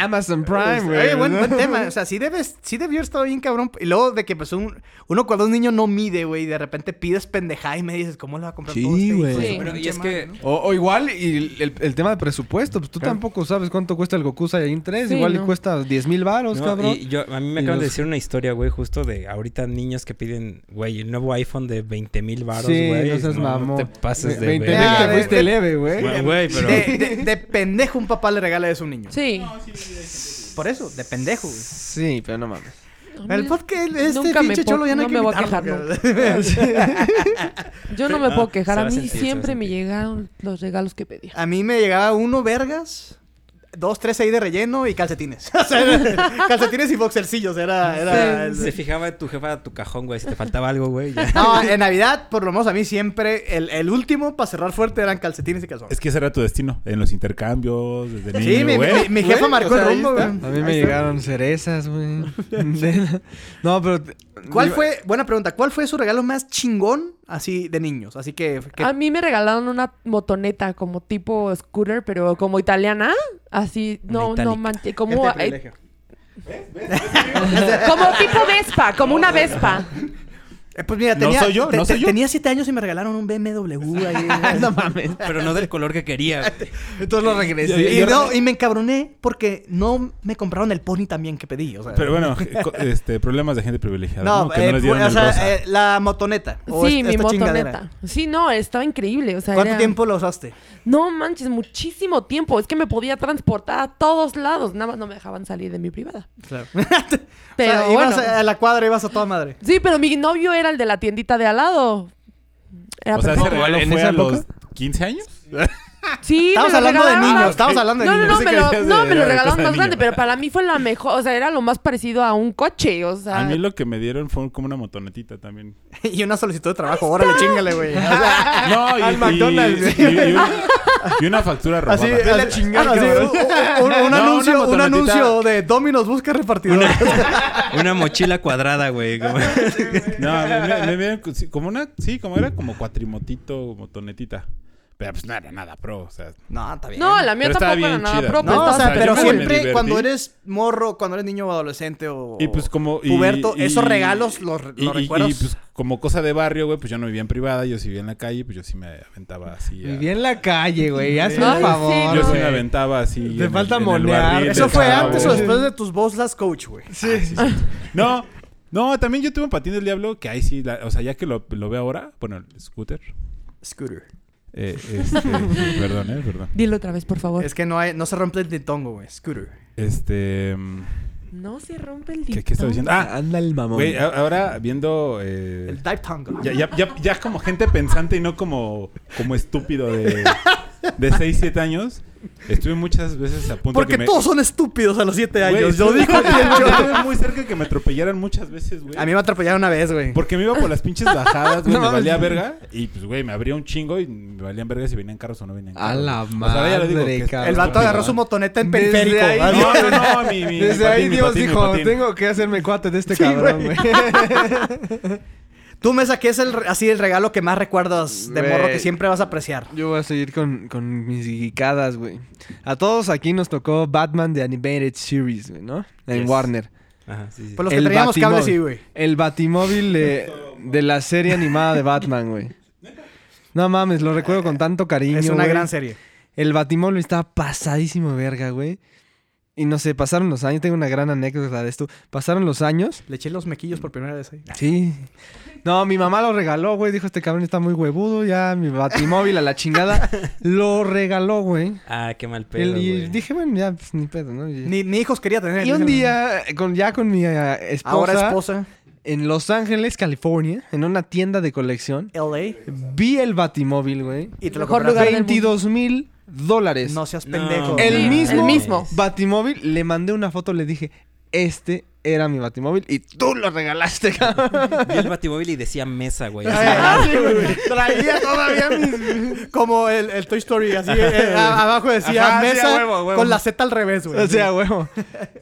Amazon Prime, güey. Este, Pues, Oye, buen, ¿no? buen tema. O sea, sí, debes, sí debió estar bien cabrón. Y luego de que pues un- uno cuando un niño no mide, güey, y de repente pides pendejada y me dices, ¿cómo lo va a comprar Sí, todo este hijo güey. de su Sí. Bueno, y pinche es que... O, o igual, y el, el tema de presupuesto, pues tú Claro. tampoco sabes cuánto cuesta el Goku Saiyajin 3, Sí, igual no. le cuesta 10 mil varos, no, cabrón. y yo, a mí me Y acaban de los- decir una historia, güey, justo de ahorita niños que piden, güey, el nuevo iPhone de 20 mil baros, sí, güey. no seas mamón. te pases de 20 verga, mil te de- güey. fuiste de- leve, güey. Bueno, Güey, madre, pero... ¿no? de, de- de pendejo un papá le regala eso a un niño. Sí. Por eso, de pendejo, güey. Sí, pero no mames. El podcast, este Nunca me pinche po- cholo ya no, hay no que me voy a invitarlo, quejar [LAUGHS] cabrón. Yo no me puedo quejar. Ah, se A va a mí sentir, se va a siempre me llegaron los regalos que pedía. A mí me llegaba uno vergas, dos, tres ahí de relleno y calcetines. [LAUGHS] O sea, era- calcetines y boxercillos, era... era el- Se fijaba tu jefa a tu cajón, güey, si te faltaba algo, güey. ya. [LAUGHS] No, en Navidad, por lo menos a mí siempre, el, el último para cerrar fuerte eran calcetines y calzones. Es que ese era tu destino. En los intercambios, desde Sí, niño, mi, güey. mi- mi jefa Güey, marcó o sea, el ahí rumbo, está. güey. A mí me Ahí está. llegaron cerezas, güey. De- no, pero... te- ¿Cuál iba- fue, buena pregunta, cuál fue su regalo más chingón así de niños? Así que, que- A mí me regalaron una motoneta como tipo scooter, pero como italiana. Así, no, no itálica. manches. Gente Como, de eh, privilegio. [LAUGHS] como tipo Vespa, como una Vespa. eh, pues mira, No tenía, soy yo, te- no te- soy yo. tenía siete años y me regalaron un BMW [LAUGHS] Ah, ahí. no mames. Pero no del color que quería, güey. Entonces lo regresé. Y, no, y me encabroné porque no me compraron el pony también que pedí. O sea, Pero bueno, co- este, problemas de gente privilegiada. no, No, que eh, no les dieron fue- o el sea, rosa. eh, la motoneta. o sí, est- mi esta chingadera. motoneta. Sí, no, estaba increíble. O sea, ¿Cuánto era- tiempo lo usaste? No manches, muchísimo tiempo. Es que me podía transportar a todos lados. Nada más no me dejaban salir de mi privada. Claro. [LAUGHS] Pero o sea, bueno. ibas a la cuadra, ibas a toda madre. [LAUGHS] Sí, pero mi novio era el de la tiendita de al lado. Era o sea, ese [LAUGHS] perfecto. regalo ¿En fue esa a los época? 15 años. Sí, Estamos me lo hablando de regalaron. niños, estamos hablando de no, niños. No, no, Pensé me que lo, decías no, de- me lo de regalaron cosa de más grande, niño. pero para mí fue la mejor, o sea, era lo más parecido a un coche, o sea. A Ah. mí lo que me dieron fue como una motonetita [LAUGHS] también. Y una solicitud de trabajo. Órale, chingale, güey. O Ah, sea, No, y, Al y- McDonald's. Y, y una, y una factura robada. [LAUGHS] así, así- así, un, un- un [LAUGHS] No, una anuncio, un motonetita. anuncio de Dominos busca repartidor. Una mochila cuadrada, güey. [LAUGHS] como- No, me, me- me dieron cu- sí, como una, sí, como era como cuatrimotito, motonetita. Pero pues no era nada pro, o sea. [LAUGHS] no, está bien. no, la mía Pero estaba tampoco era bien nada chida. propia. pues, No, o estaba sea, yo pero me siempre divertí. cuando eres morro, cuando eres niño o adolescente o Y pues como. Y, puberto, y- esos regalos los, los y- y- recuerdas. Y, pues como cosa de barrio, güey, pues yo no vivía en privada, yo sí vivía en la calle, pues yo sí me aventaba así. a- Viví en la calle, güey. Hazme Ay, un sí, favor, Yo sí güey. me aventaba así. Te en el- falta en el monear. barril ¿Eso del fue chavo. antes o después de tus Boss Last Coach, [LAUGHS] güey? No, no, también yo tuve un patín del diablo que ahí sí, la- o sea, ya que lo, lo veo ahora, bueno, el scooter. Scooter. eh, este, perdón, eh, perdón. Dilo otra vez, por favor. Es que no, hay, no se rompe el ditongo, güey. Scooter. Este. mm, No se rompe el ¿Qué, qué estaba diciendo? Ah, Anda el mamón. güey, a- ahora viendo. eh, El diphtongo. ya, ya, ya, ya como gente pensante y no como, como estúpido de, de 6, 7 años. Estuve muchas veces a punto Porque que me. todos son estúpidos a los 7 Güey, años. Yo estuve- [LAUGHS] digo que Estuve muy cerca que me atropellaran muchas veces, güey. A mí me atropellaron una vez, güey. Porque me iba por las pinches bajadas, güey, [LAUGHS] No me mames. valía verga. Y pues, güey, me abría un chingo y me valían verga si venían carros o no venían A carros. la O sea, ahora ya lo digo, madre, que es- cabrón. El vato agarró su motoneta en periférico. Desde ahí- así. No, no, no, mi, mi, mi Desde ahí patín, mi Dios patín, mi dijo, patín. tengo que hacerme cuate de este Sí, cabrón, güey. güey. Tú, Mesa, ¿qué es el, re- así el regalo que más recuerdas de Güey. morro que siempre vas a apreciar? Yo voy a seguir con, con mis guicadas, güey. A todos aquí nos tocó Batman de Animated Series, güey, ¿no? En Yes. Warner. Ajá, sí, sí. Pues los que El teníamos Batimóvil. cables, sí, güey. El batimóvil de, de la serie animada de Batman, güey. No mames, lo recuerdo con tanto cariño. Es una güey. gran serie. El Batimóvil estaba pasadísimo de verga, güey. Y no sé, pasaron los años. Tengo una gran anécdota de esto. Pasaron los años. Le eché los mequillos por primera vez ahí. Sí. No, mi mamá lo regaló, güey. Dijo, este cabrón está muy huevudo. Ya, mi batimóvil a [LAUGHS] la chingada. Lo regaló, güey. Ah, qué mal El- pedo, y güey. dije, bueno, ya, pues, ni pedo, ¿no? Y, Ni, ni hijos quería tener. y un día, eh, con, ya con mi eh, esposa, Ahora esposa, en Los Ángeles, California, en una tienda de colección, LA. vi el batimóvil, güey. Y te lo Mejor compraste. lugar del mundo. 22 mil dólares. No seas No, pendejo. El Sí, mismo- El mismo. Batimóvil, le mandé una foto, le dije, este era mi Batimóvil y tú lo regalaste, [LAUGHS] cabrón. Vi el batimóvil y decía mesa, güey. así. Ah, sí, güey. Traía todavía mis... Como el, el Toy Story, así. eh, a- abajo decía Ajá, sí, a mesa huevo, a huevo. con la Z al revés, güey. O sea, huevo.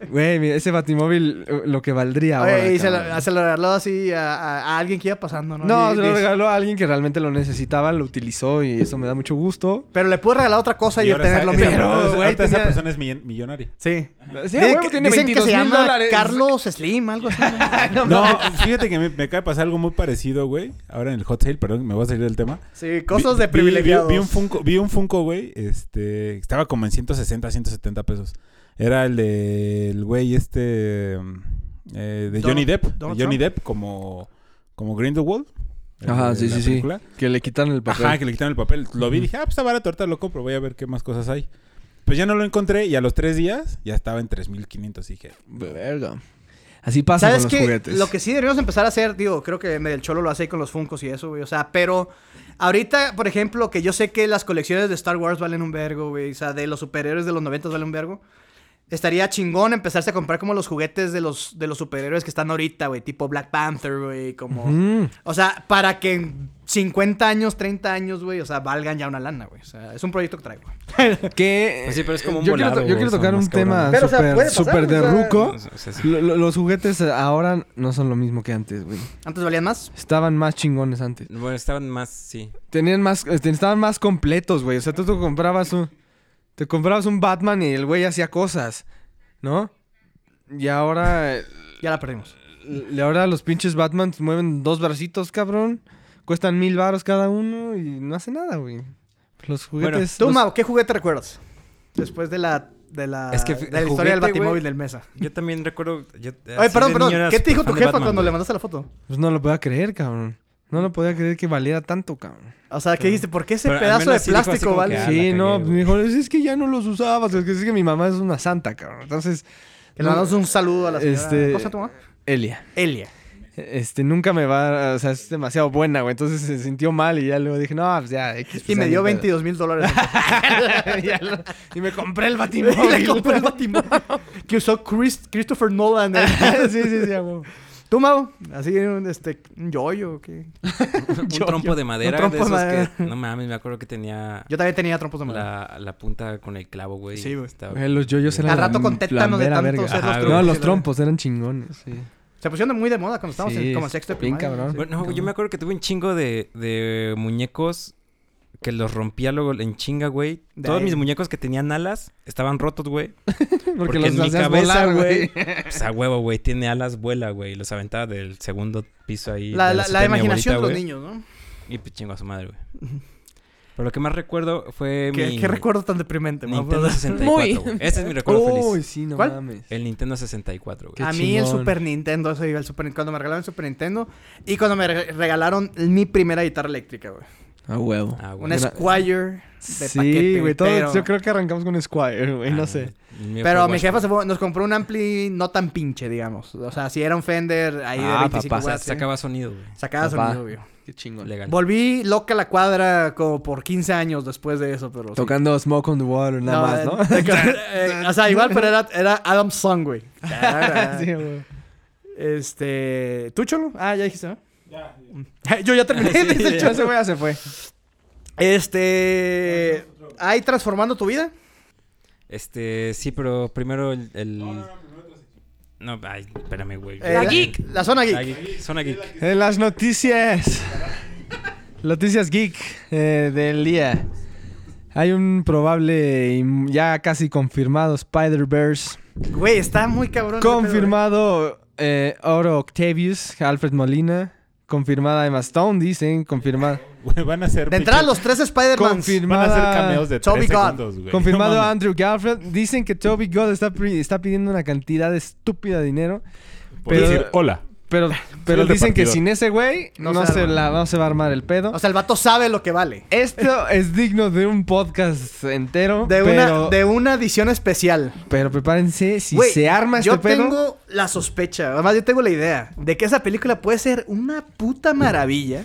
Güey, mira, ese Batimóvil, eh, lo que valdría ahora. Oye, y se cabrón. lo, se lo regaló así a, a- a alguien que iba pasando, ¿no? No, Y- se lo y- regaló a alguien que realmente lo necesitaba, lo utilizó y eso me da mucho gusto. Pero le pude regalar otra cosa y, Y ahora obtener lo esa- esa mismo. persona es- güey, ahorita esa tenía- persona es millen- millonaria. Sí. Sí, Dicen huevo, que- tiene dicen que 22 se mil llama dólares. Carlos Slim, algo así. ¿no? No, fíjate que me, me acaba de pasar algo muy parecido, güey. Ahora en el hot sale, perdón, me voy a salir del tema. sí, Vi- eh, cosas vi- de vi- privilegiados. Vi, un Funko, vi un Funko, güey, este, estaba como en 160, 170 pesos. Era el del güey este mm, eh, de Johnny Donald- Depp, de Donald Johnny Trump. Depp como como Grindelwald. el Ajá, de sí, la sí, sí. película. Que le quitan el papel. Ajá, que le quitaron el papel. Lo vi y Ujú. dije, ah, pues está barato, ahorita lo compro, voy a ver qué más cosas hay. Pues ya no lo encontré y a los tres días ya estaba en 3.500 y dije, Verga. Así pasa ¿Sabes con los qué? juguetes. Lo que sí deberíamos empezar a hacer, digo, creo que el Cholo lo hace ahí con los Funcos y eso, güey. O sea, pero ahorita, por ejemplo, que yo sé que las colecciones de Star Wars valen un vergo, güey. O sea, de los superhéroes de los 90 valen un vergo. Estaría chingón empezarse a comprar como los juguetes de los, de los superhéroes que están ahorita, güey. Tipo Black Panther, güey. Como... Mm. O sea, para que en 50 años, 30 años, güey, o sea, valgan ya una lana, güey. O sea, es un proyecto que traigo. Que... Pues sí, pero es como un yo, quiero, volado, to- güey, yo quiero son tocar más un tema cabrones. Pero, o sea, súper puede pasar, súper de o sea- ruco. O sea, sí. Lo- lo- los juguetes ahora no son lo mismo que antes, güey. ¿Antes valían más? Estaban más chingones antes. Bueno, estaban más, sí. Tenían más, este, estaban más completos, güey. O sea, tú te comprabas un, te comprabas un Batman y el güey hacía cosas, ¿no? Y ahora, eh, Ya la perdimos. y ahora los pinches Batman mueven dos bracitos, cabrón. Cuestan mil varos cada uno y no hace nada, güey. Los Pues juguetes. Tú, los- Mau, ¿qué juguete recuerdas? Después de la, de la, Es que de el la historia del juguete, batimóvil güey. del mesa. Yo también recuerdo. Yo, Oye, así perdón, de niño perdón. era ¿Qué te dijo tu superfan de jefa Batman, cuando le güey. mandaste la foto? Pues no lo podía creer, cabrón. No lo podía creer que valiera tanto, cabrón. O sea, ¿qué dijiste? ¿Por qué ese Pero al pedazo menos de sí dijo así plástico como vale? que, ah, sí, la no, cagué, me dijo, es que ya no los usabas, es que, es que mi mamá es una santa, cabrón. Entonces, Que le mandamos un saludo a la señora. Este- ¿Cómo se llama tu mamá? Elia. Elia. Este, nunca me va, o sea, es demasiado buena, güey. Entonces se sintió mal y ya luego dije, no, pues ya. X, pues Y me ya dio ni pedo". 22 mil dólares. [LAUGHS] Ya lo- y me compré [LAUGHS] el Y batimóvil. le compré el batimóvil que usó Chris- Christopher Nolan. [LAUGHS] ¿eh? sí, sí, sí, a huevo. ¿Tú, Mau? Así, un, este, un yoyo, ¿qué? [LAUGHS] Un trompo de madera. trompo de de esos madera. que. No mames, me acuerdo que tenía Yo también tenía trompos de madera. la, la punta con el clavo, güey. Sí, güey. Eh, Estaba- Güey, Eh, Los yoyos eran. Al la- rato con la tétanos de mera tanto verga. hacer los Ajá, trompos. No, Sí, los la- trompos eran chingones, sí. Se pusieron muy de moda cuando estábamos en, Sí, como en sexto de bien primaria, cabrón. sí. Bueno, no, yo me acuerdo que tuve un chingo de, de muñecos que los rompía luego en chinga, güey. De Todos ahí. mis muñecos que tenían alas estaban rotos, güey. Porque, Porque los en mi hacías cabeza, volar, güey. Pues a huevo, güey. Tiene alas, vuela, güey. Los aventaba del segundo piso ahí. La, de la- la azotea de mi imaginación abuelita, de los güey. niños, ¿no? Y pues chingo a su madre, güey. Pero lo que más recuerdo fue ¿Qué, mi... qué recuerdo tan deprimente, Pues, Mau? Nintendo 64, Muy. güey. Ese es mi recuerdo Uy, feliz. sí, no ¿Cuál? mames. El Nintendo 64, güey. Qué A mí el chingón. Super Nintendo, eso iba el Super Nintendo. Cuando me regalaron el Super Nintendo y cuando me re- regalaron mi primera guitarra eléctrica, güey. A huevo. Ah, güey. Una Squire de Sí, paquete, güey. todos- pero- Yo creo que arrancamos con Squire, güey. No Ah, sé. el mío Pero fue mi jefa Washburn. se fue- nos compró un ampli no tan pinche, digamos. O sea, si era un Fender ahí de Ah, 25 papá, O sea, watts, sí. sacaba sonido, güey. Sacaba Papá. sonido, güey. Qué chingón. Legal. Volví loca la cuadra como por 15 años después de eso, pero... sí. Tocando Smoke on the Water, nada más, [LAUGHS] ¿no? eh, eh, o sea, igual, pero era, era Adam Song, güey. [LAUGHS] Ah, Sí, a huevo. Este. ¿Tú, Cholo? Ah, ya dijiste, ¿no? Yo ya [LAUGHS] terminé. dice el Ese Cholo. güey ya se fue. Este. ¿Hay transformando tu vida? Este, sí, pero primero el. el- No, ay, espérame, güey. Eh, La geek. La zona La geek. geek. Zona geek. En las noticias. Noticias geek eh, del día. Hay un probable y ya casi confirmado Spider-Verse. Güey, está muy cabrón. este ese Confirmado eh, Oro Octavius, Alfred Molina. Confirmada Emma Stone, dicen. Confirmada. güey, van a ser pedo, güey. De entrada, pinche- los tres Spider-Man. van a hacer cameos Confirmada. de Toby 3 God. segundos, güey. Confirmado No mames. Andrew Garfield. Dicen que Toby God está, pri- está pidiendo una cantidad estúpida de dinero. Por pero- decir, hola. [LAUGHS] Pero, pero el dicen que repartidor. sin ese güey No no, se se arma. la, no se va a armar el pedo. O sea, el vato sabe lo que vale. [LAUGHS] Esto es digno de un podcast entero. De, pero, una, de una edición especial. pero prepárense, si Güey, se arma este yo pedo. tengo la sospecha, además yo tengo la idea de que esa película puede ser una puta maravilla.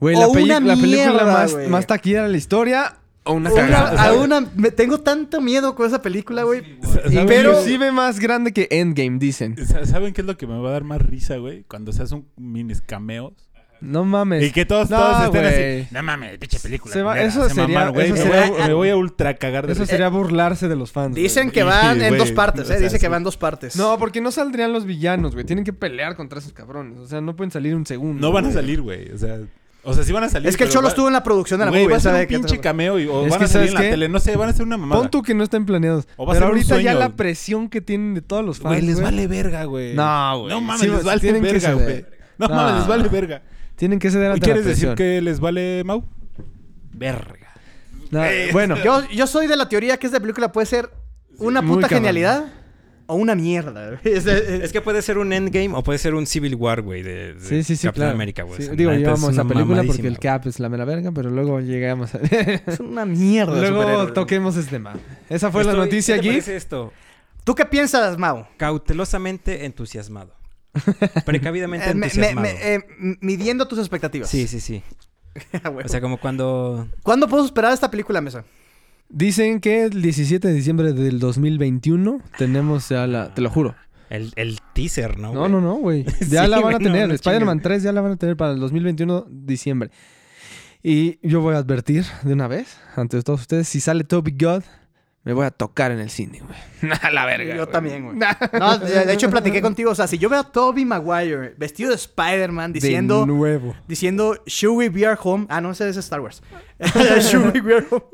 Güey, o la, una peli- la película mierda, más, güey. más taquillera de la historia. O una Una- cagada. [LAUGHS] a una- me- tengo tanto miedo con esa película, güey. [LAUGHS] ¿Saben Pero qué- inclusive más grande que Endgame, dicen. sa- ¿Saben qué es lo que me va a dar más risa, güey? Cuando se hace un minis cameos. No mames. Y que todos, No, todos estén güey. así. No mames, pinche película. Se va- culera, eso se sería- mamaron, güey. eso me, sería- voy a, me voy a ultra cagar de Eso risa. sería burlarse de los fans. güey. Dicen que Sí, van en güey. dos O partes, ¿eh? sea, Dicen que sí. van dos partes. No, porque no saldrían los villanos, güey. Tienen que pelear contra esos cabrones. O sea, no pueden salir un segundo. No van a güey. salir, güey. O sea, o sea, sí van a salir. es que el pero Cholo va- estuvo en la producción de la Güey, movie, va a ¿sabe ser un qué pinche tal? cameo y, o Es van que, a salir ¿sabes en la qué? tele. No sé, van a hacer una mamada. Pon tú que no están planeados. O va a Pero ser un ahorita ya sueño. la presión que tienen de todos los fans. Güey, les güey. vale verga, güey. No, güey. No mames, Sí, les güey, vale tienen que verga, ceder. güey. No, No. mames, les vale verga. Tienen que ceder ante la ¿Quieres decir presión. que les vale Mau? [LAUGHS] No, Eh, bueno, Yo, yo soy de la teoría que esta película puede ser una muy puta cabrón. genialidad o una mierda. güey. [LAUGHS] Es- es- Es que puede ser un Endgame o puede ser un Civil War, güey, de, de sí, sí, sí, Capitán claro. América, güey. Sí, O sea, digo, la neta llevamos es a una película porque mamadísima, el güey. Cap es la mera verga, pero luego llegamos a... [LAUGHS] Es una mierda. luego superhéroe. toquemos este tema. Esa fue la Estoy- noticia ¿qué te aquí. parece esto? ¿Tú qué piensas, Mau? Cautelosamente [LAUGHS] entusiasmado. Precavidamente Eh, me- me- entusiasmado. me- eh, m- midiendo tus expectativas. [LAUGHS] Sí, sí, sí. A huevo. O sea, como cuando... ¿Cuándo puedo esperar esta película, Mesa? Dicen que el 17 de diciembre del 2021 tenemos ya la... Te lo juro. El, el teaser, ¿no? No, güey? no, no, güey. Ya Ah, Sí, la van güey, a no, tener. no Spider-Man chingues. 3 ya la van a tener para el 2021, diciembre. Y yo voy a advertir de una vez, ante todos ustedes, si sale Toby God, me voy a tocar en el cine, güey. A la verga. Yo también, [LAUGHS] güey. No, de de hecho platiqué contigo. O sea, si yo veo a Toby Maguire vestido de Spider-Man diciendo, De nuevo. diciendo, Should we be at home? Ah, no, ese es Star [LAUGHS] Wars. [LAUGHS] Should we be at home?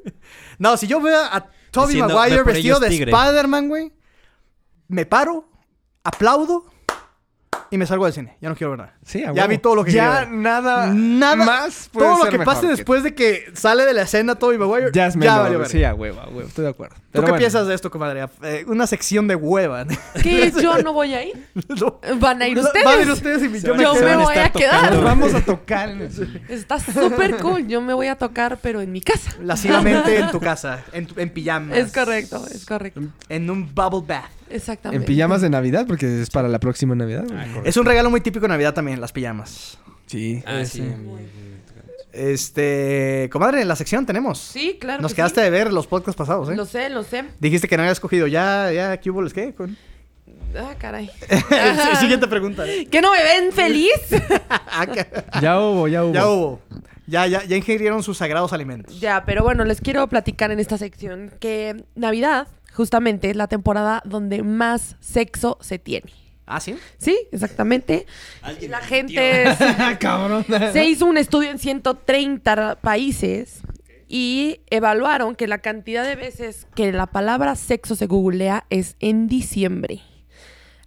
No, si yo veo a Toby Diciendo, "Ve Maguire por vestido ellos, de tigre". Spider-Man, güey, me paro, aplaudo y me salgo del cine. Ya no quiero ver nada. Sí, a Ya huevo. vi todo lo que Ya quería ver. nada, Nada más puede Todo lo ser que mejor pase después de que sale de la escena Toby Maguire, Ya es ya menor, valió güey. ver. Sí, a huevo, a huevo. Estoy de acuerdo. ¿Tú qué piensas de esto, comadre? Eh, una sección de hueva. [LAUGHS] [LAUGHS] ¿Qué? ¿Yo no voy a ir? No. ¿Van a ir No, ustedes? Van a ir ustedes y yo Yo me quedo. me van a voy a estar Nos quedar. tocando. [LAUGHS] vamos a tocar en el cine. Está súper cool. Yo me voy a tocar, pero en mi casa. Lascivamente en tu casa, en, tu- en pijamas. Es correcto, es correcto. En un bubble bath. Exactamente. En pijamas de Navidad, porque es para la próxima Navidad. Ah, güey. Es un regalo muy típico de Navidad también, las pijamas. Sí. Ah, sí. Este, comadre, en la sección tenemos. Sí, claro. Nos que quedaste sí. de ver los podcasts pasados, ¿eh? Lo sé, lo sé. Dijiste que no habías cogido ya, ya, ¿qué hubo les qué? Con- [LAUGHS] Ah, caray. Sí, Siguiente pregunta. ¿eh? [LAUGHS] ¿Que no me ven feliz? [LAUGHS] Ah, ca- Ya hubo, ya hubo. ya hubo. Ya, ya, ya ingirieron sus sagrados alimentos. Ya, pero bueno, les quiero platicar en esta sección que Navidad justamente es la temporada donde más sexo se tiene. ¿Ah, sí? Sí, exactamente. La gente [LAUGHS] se- se hizo un estudio en 130 países y evaluaron que la cantidad de veces que la palabra sexo se googlea es en diciembre.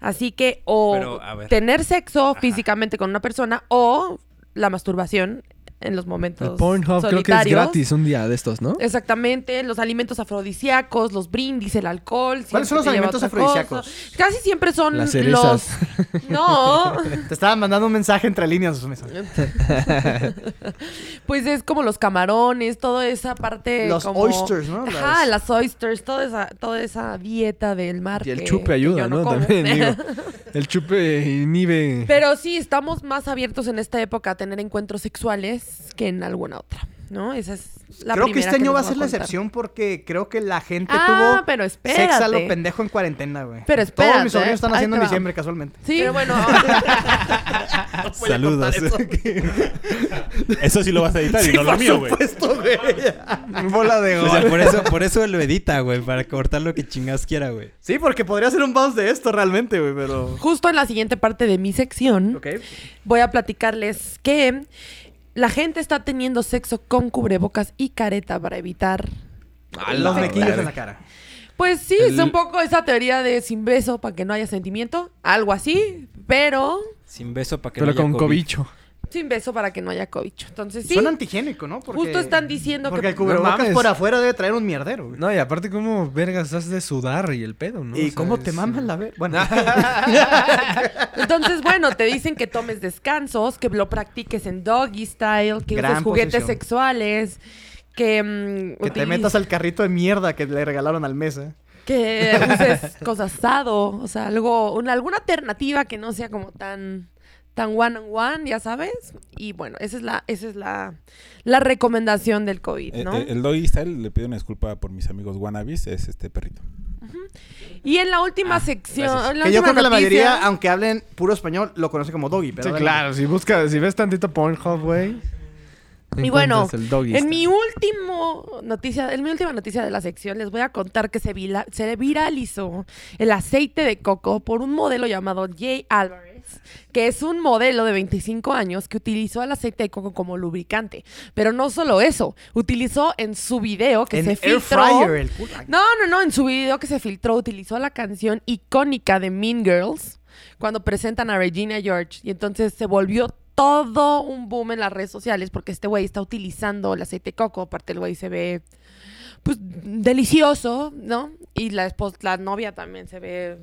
Así que o Pero, a ver. tener sexo físicamente con una persona o la masturbación en los momentos El Pornhub creo que es solitarios. Eh, gratis un día de estos, ¿no? Exactamente, los alimentos afrodisíacos, los brindis, el alcohol. siempre son los te lleva alimentos otra cosa. afrodisíacos? Casi siempre son Las los... cerezas. [LAUGHS] No, Te estaban mandando un mensaje entre líneas. Mesa. pues es como los camarones, toda esa parte Los como- oysters, ¿no? Ajá, Las- las oysters, toda esa, toda esa dieta del mar. Y el que- chupe que ayuda, yo ¿no? como. También, digo. El chupe inhibe. [LAUGHS] Pero sí, estamos más abiertos en esta época a tener encuentros sexuales que en alguna otra, ¿no? Esa es la creo que primera este año les va a voy ser la contar. excepción porque creo que la gente Ah, tuvo pero sexo a lo espérate. pendejo en cuarentena, güey. Pero Todos espérate, mis sobrinos ¿eh? están Ahí haciendo en te va. diciembre casualmente. [LAUGHS] Sí, pero [LAUGHS] bueno, Ah, Saludos. [LAUGHS] Eso sí lo vas a editar y no lo mío, güey. [LAUGHS] [LAUGHS] Bola de O sea, por eso, por eso lo edita, güey, para cortar lo que chingas quiera, güey. Sí, porque podría ser un bounce de esto realmente, güey, pero... justo en la siguiente parte de mi sección, Ok. voy a platicarles que la gente está teniendo sexo con cubrebocas y careta para evitar. Los mequillos en la cara. Pues sí, es un poco esa teoría de sin beso para que no haya sentimiento, algo así, pero Sin beso para que no Pero haya con COVID. cobicho. sin beso para que no haya COVID. Entonces sí, Suena antihigiénico, ¿no? Porque, justo están diciendo Porque que el cubrebocas mames. por afuera debe traer un mierdero, güey. No, y aparte, ¿cómo vergas has de sudar y el pedo, no? ¿Y O sea, cómo te es- maman la ver? Bueno, Entonces, bueno, te dicen que tomes descansos, que lo practiques en doggy style, que Gran uses juguetes posición. sexuales, que, mm, [LAUGHS] que te utiliz- metas al carrito de mierda que le regalaron al ¿eh? mesa. que [LAUGHS] uses cosas asado, o sea, algo, una, alguna alternativa que no sea como tan, tan one on one, ya sabes. Y bueno, esa es la, esa es la, la recomendación del COVID, Eh, ¿no? eh, el Doggy Style le pido una disculpa por mis amigos wannabis, es este perrito. Y en la última sección, Ah, gracias. en la Que yo última creo que la noticia- mayoría, aunque hablen puro español, lo conoce como doggy. Pero Sí, adelante. claro, si buscas, si ves tantito Pornhub, güey. Y bueno, encuentras el doggy este. en style. mi último noticia, en mi última noticia de la sección les voy a contar que se, vila- se viralizó el aceite de coco por un modelo llamado Jay Alvarez, que es un modelo de 25 años que utilizó el aceite de coco como lubricante. Pero no solo eso, utilizó en su video que En se air filtró. fryer, el culo. Ay, No, no, no. En su video que se filtró utilizó la canción icónica de Mean Girls cuando presentan a Regina George. Y entonces se volvió todo un boom en las redes sociales porque este güey está utilizando el aceite de coco. Aparte el güey se ve, pues, delicioso, ¿no? Y la, espos- la novia también se ve...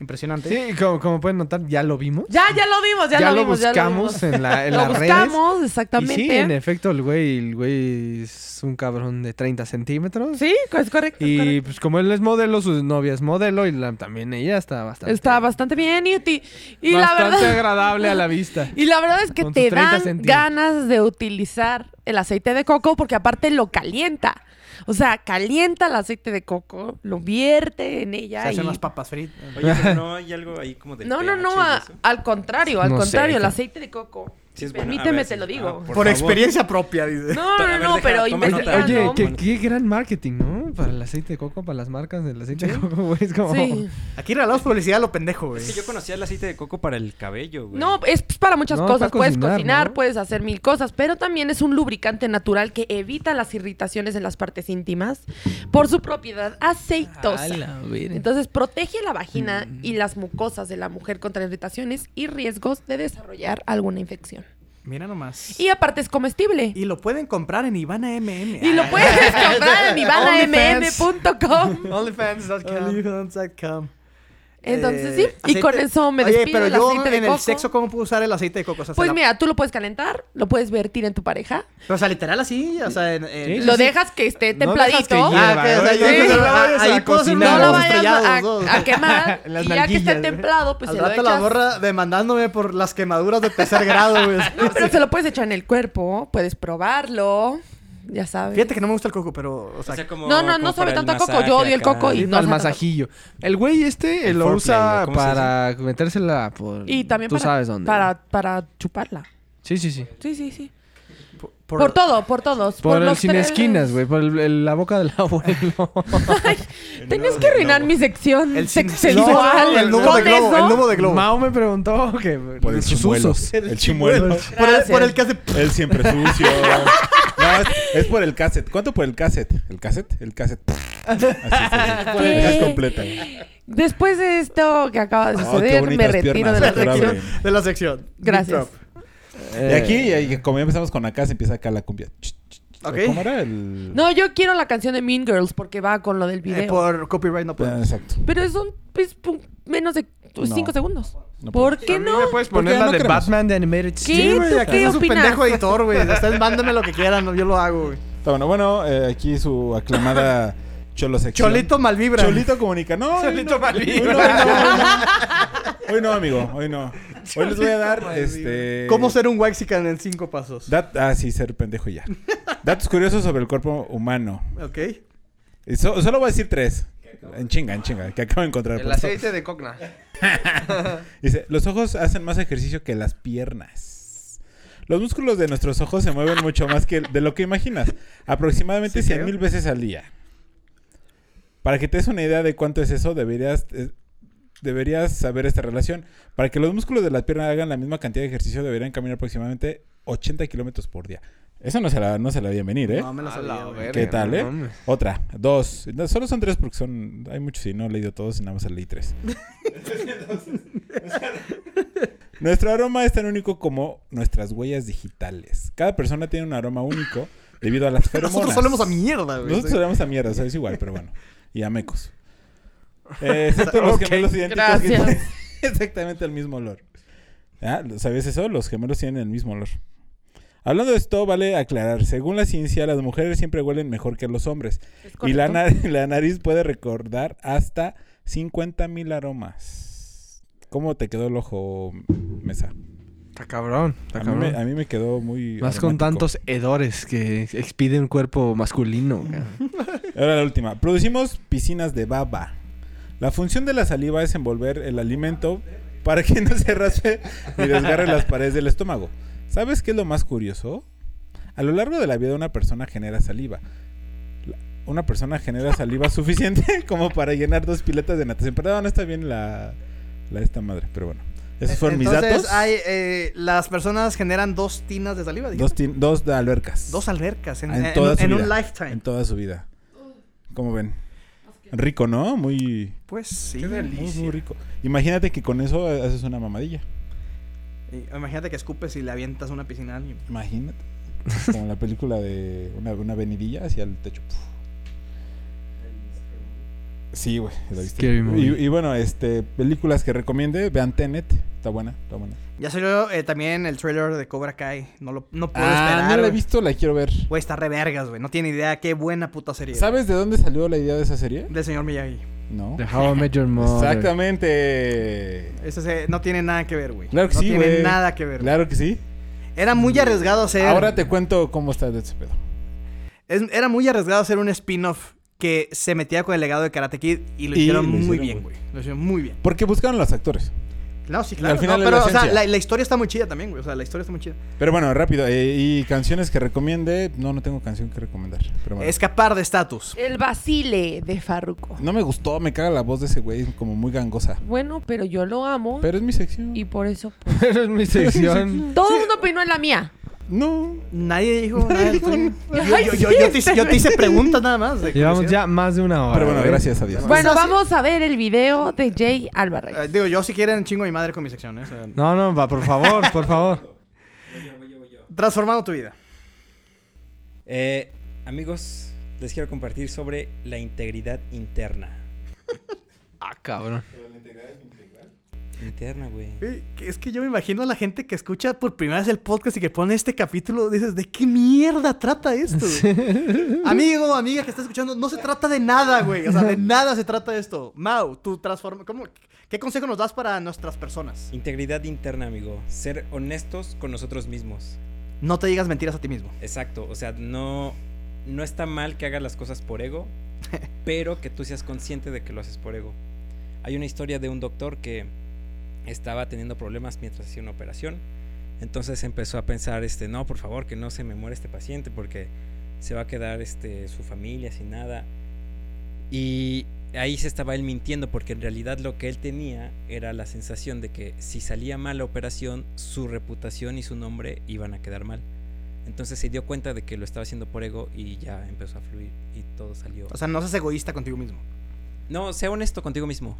Impresionante. Sí, como, como pueden notar, ya lo vimos. Ya, ya lo vimos, ya, Ya lo, lo vimos, buscamos ya lo vimos. en la- [LAUGHS] en Lo las redes. buscamos, Y exactamente. sí, en efecto, el güey, el güey es un cabrón de 30 centímetros. Sí, es correcto. es correcto. Y pues como él es modelo, su novia es modelo y la- también ella está bastante... Está bastante bien y, uti- y la bastante verdad... agradable a la vista. [LAUGHS] Y la verdad es que Con te sus 30 dan centímetros. ganas de utilizar el aceite de coco porque aparte lo calienta. O sea, calienta el aceite de coco, lo vierte en ella Se hacen y- las papas fritas. Oye, [LAUGHS] pero no hay algo ahí como de. No, ah. no, no, a- al contrario, al No sé, contrario, el ca- aceite de coco. Sí es bueno. Permíteme, A ver, te sí. lo digo. Ah, no, por- Por favor. experiencia propia, dice. no, A ver, no, deja, pero toma Oye, nota. investigando. oye, qué, qué gran marketing, ¿no? Para el aceite de coco, para las marcas del aceite de coco, güey. Es como... [LAUGHS] Sí. Aquí regalamos publicidad a lo pendejo, güey. Es que yo conocía el aceite de coco para el cabello, güey. No, es pues, para muchas No, cosas. para puedes cocinar, cocinar, ¿no? puedes hacer mil cosas, pero también es un lubricante natural que evita las irritaciones en las partes íntimas por su propiedad aceitosa. Entonces protege la vagina Mm. y las mucosas de la mujer contra irritaciones y riesgos de desarrollar alguna infección. Mira nomás. Y aparte es comestible. Y lo pueden comprar en Ivana MM. Y lo [LAUGHS] puedes comprar en OnlyFans. ivanamm.com. OnlyFans.com. Entonces Eh, sí, y con aceite- eso me Oye, despido pero del yo aceite de en coco. el sexo, ¿cómo puedo usar el aceite de coco? O sea, se Pues la- mira, tú lo puedes calentar, lo puedes vertir en tu pareja, O sea, literal así, o sea, en... en- lo dejas que esté No dejas que templadito. hierva, Ah, que, o sea, oye, yo- Sí. no la ah, vayas ahí a puedo hacer cocinar. no unos lo huevos vayas estrellados, a, a dos. quemar. [LAUGHS] Las y ya que esté nalguillas, güey. templado, pues Al se lo rato la echas. borra demandándome por las quemaduras de tercer grado, güey. [LAUGHS] No, pero se lo puedes echar en el cuerpo, puedes probarlo, ya sabes. Fíjate que no me gusta el coco, pero, o sea, O sea, como- No, no, no como sabe para el tanto a coco. masaje Yo odio el acá. coco y- Sí, no para el sabe tanto. masajillo. El güey este eh, El lo foreplay, usa ¿cómo se dice? para metérsela por... Y también Tú para, sabes dónde. Para, para chuparla. Sí, sí, sí. Sí, sí, sí. Por, todo, por todos. Por, el los sin tres. esquinas, güey. Por el- el- la boca del [LAUGHS] abuelo. Ay, Tenías que arruinar mi sección El sin- sexual. No, el nudo con de globo, eso. el nudo de globo. Mao me preguntó que... Por el sus chimuelo. usos. El chimuelo. por, el, Gracias. por el que hace... Él siempre sucio. [LAUGHS] No, es, es por el cassette. ¿Cuánto por el cassette? ¿El cassette? El cassette. Así está. ¿Qué? Es completa. Después de esto que Oh, acaba de Ah, qué suceder, me bonitas retiro piernas, de la doctora sección. Abre. De la sección. Gracias. Y aquí, y- y como ya empezamos con acá, se empieza acá la cumbia. Ch, ch, ch. Ok. ¿Cómo era el...? No, yo quiero la canción de Mean Girls porque va con lo del video. Eh, por copyright no Ah, puedo. Exacto. Pero son pues, pu- menos de No. 5 segundos. No ¿Por qué También no? me puedes Porque poner ya la no de queremos. Batman de Animated ¿Qué? Series? Sí, güey, ¿Tú aquí qué es un opinas? pendejo editor, güey. Ustedes mándenme lo que quieran, yo lo hago, güey. Está bueno. Bueno, eh, aquí su aclamada cholo sección. Cholito Malvibra. Cholito comunica. No, hoy Cholito no. Malvibra. Hoy no, hoy no, hoy no. Hoy no, amigo. Hoy no. Hoy les voy a dar este... Eh. ¿Cómo ser un Waxican en cinco pasos? Dat- ah, sí, ser pendejo y ya. Datos curiosos sobre el cuerpo humano. Ok. ¿Eh? Y so- solo voy a decir tres. En chinga, en chinga, que acabo de encontrar. por favor. de cocna. Dice, los ojos hacen más ejercicio que las piernas. Los músculos de nuestros ojos se mueven mucho más que de lo que imaginas. Aproximadamente 100 mil veces al día. Para que te des una idea de cuánto es eso, deberías, eh, deberías saber esta relación. Para que los músculos de las piernas hagan la misma cantidad de ejercicio, deberían caminar aproximadamente 80 kilómetros por día. Eso no se la, no se la veía venir, ¿eh? No me lo sabía, güey. ¿Qué tal, eh? Otra, dos. No, solo son tres porque son. Hay muchos y no he leído todos y nada más leí [LAUGHS] tres. Nuestro aroma es tan único como nuestras huellas digitales. Cada persona tiene un aroma único debido a las feromonas. [LAUGHS] Nosotros solemos a mierda, güey. Nosotros solemos a mierda, o sea, es igual, pero bueno. Y a mecos. [LAUGHS] Eh, excepto los gemelos idénticos que Gracias. tienen [LAUGHS] exactamente el mismo olor. Ah, ¿Sabías eso? Los gemelos tienen el mismo olor. Hablando de esto, vale aclarar. Según la ciencia, las mujeres siempre huelen mejor que los hombres. Y la, nar- [LAUGHS] la nariz puede recordar hasta 50 mil aromas. ¿Cómo te quedó el ojo, Mesa? Está cabrón. Está A mí, cabrón. me, a mí me quedó muy. Más con aromático. tantos hedores que expide un cuerpo masculino. cara. Ahora la última. Producimos piscinas de baba. La función de la saliva es envolver el alimento para que [LAUGHS] no se raspe ni desgarre las paredes del estómago. ¿Sabes qué es lo más curioso? A lo largo de la vida una persona genera saliva. La- Una persona genera saliva suficiente [LAUGHS] como para llenar dos piletas de natación. Perdón, no está bien la, la esta madre, pero bueno. Esos fueron mis Entonces, datos. hay, eh, las personas generan dos tinas de saliva, Dos, dijiste. tin- dos de albercas. Dos albercas en, en, en- toda su en vida. un lifetime. En toda su vida. ¿Cómo ven? Rico, ¿no? Muy... Pues sí. Muy, muy rico. Imagínate que con eso haces una mamadilla. Y Imagínate que escupes y le avientas una piscina a alguien. [LAUGHS] Imagínate. Como en la película de una, una venidilla hacia el techo. Puf. Sí, güey. ¿la viste? Scary movie. Y, y bueno, este, películas que recomiende, vean Tenet. Está buena, está buena. Ya salió eh, también el trailer de Cobra Kai. No, lo, no puedo Ah, esperar. no la he güey. visto, la quiero ver. Güey, está re vergas, güey. No tiene idea qué buena puta serie. güey. ¿Sabes de dónde salió la idea de esa serie? Del señor Miyagi. No. De How I Met Your Mother. Exactamente. Eso se- no tiene nada que ver, güey. Claro que no sí, tiene güey. nada que ver. güey. Claro que sí. Era muy arriesgado hacer. Ahora te cuento cómo está de ese pedo. es- era muy arriesgado hacer un spin-off que se metía con el legado de Karate Kid y lo Y hicieron lo muy hicieron, bien, güey. güey. Lo hicieron muy bien. Porque buscaron los actores. No, sí, claro. Al final no, es pero, la o sea, esencia. la, la historia está muy chida también, güey. O sea, la historia está muy chida. Pero bueno, rápido. eh, ¿Y canciones que recomiende? No, no tengo canción que recomendar. Pero bueno. Escapar de estatus. El Basile de Farruko. No me gustó, me caga la voz de ese güey, como muy gangosa. Bueno, pero yo lo amo Pero es mi sección. y por eso... pues, Pero [LAUGHS] es mi [LAUGHS] sección. todo el mundo opinó en la mía. No. Nadie dijo nada. del tuyo. Yo, Ay, yo- yo- sí, yo te, hice- yo te hice espérame. preguntas nada más. de Llevamos curiosidad. ya más de una hora. Pero bueno, güey. gracias a Dios. Bueno, vamos a ver el video de Jay Eh, Álvarez. digo, yo si quieren chingo a mi madre con mi sección, ¿eh? O sea, No, no, va, por favor, [LAUGHS] por favor. Transformando tu vida. Eh, amigos, les quiero compartir sobre la integridad interna. Ah, cabrón. Interna, güey. Eh, que Es que yo me imagino a la gente que escucha por primera vez el podcast y que pone este capítulo, dices, ¿de qué mierda trata esto? güey?" [LAUGHS] Amigo, amiga que está escuchando, no se trata de nada, güey. O sea, [LAUGHS] de nada se trata esto. Mau, tú transforma... ¿cómo? ¿Qué consejo nos das para nuestras personas? Integridad interna, amigo. Ser honestos con nosotros mismos. No te digas mentiras a ti mismo. Exacto, o sea, no, no está mal que hagas las cosas por ego, pero que tú seas consciente de que lo haces por ego. Hay una historia de un doctor que estaba teniendo problemas mientras hacía una operación, entonces empezó a pensar, este, no, por favor, que no se me muera este paciente porque se va a quedar este, su familia sin nada. Y ahí se estaba él mintiendo porque en realidad lo que él tenía era la sensación de que si salía mal la operación, su reputación y su nombre iban a quedar mal. Entonces se dio cuenta de que lo estaba haciendo por ego y ya empezó a fluir y todo salió. O sea, no seas egoísta contigo mismo. No, sea honesto contigo mismo.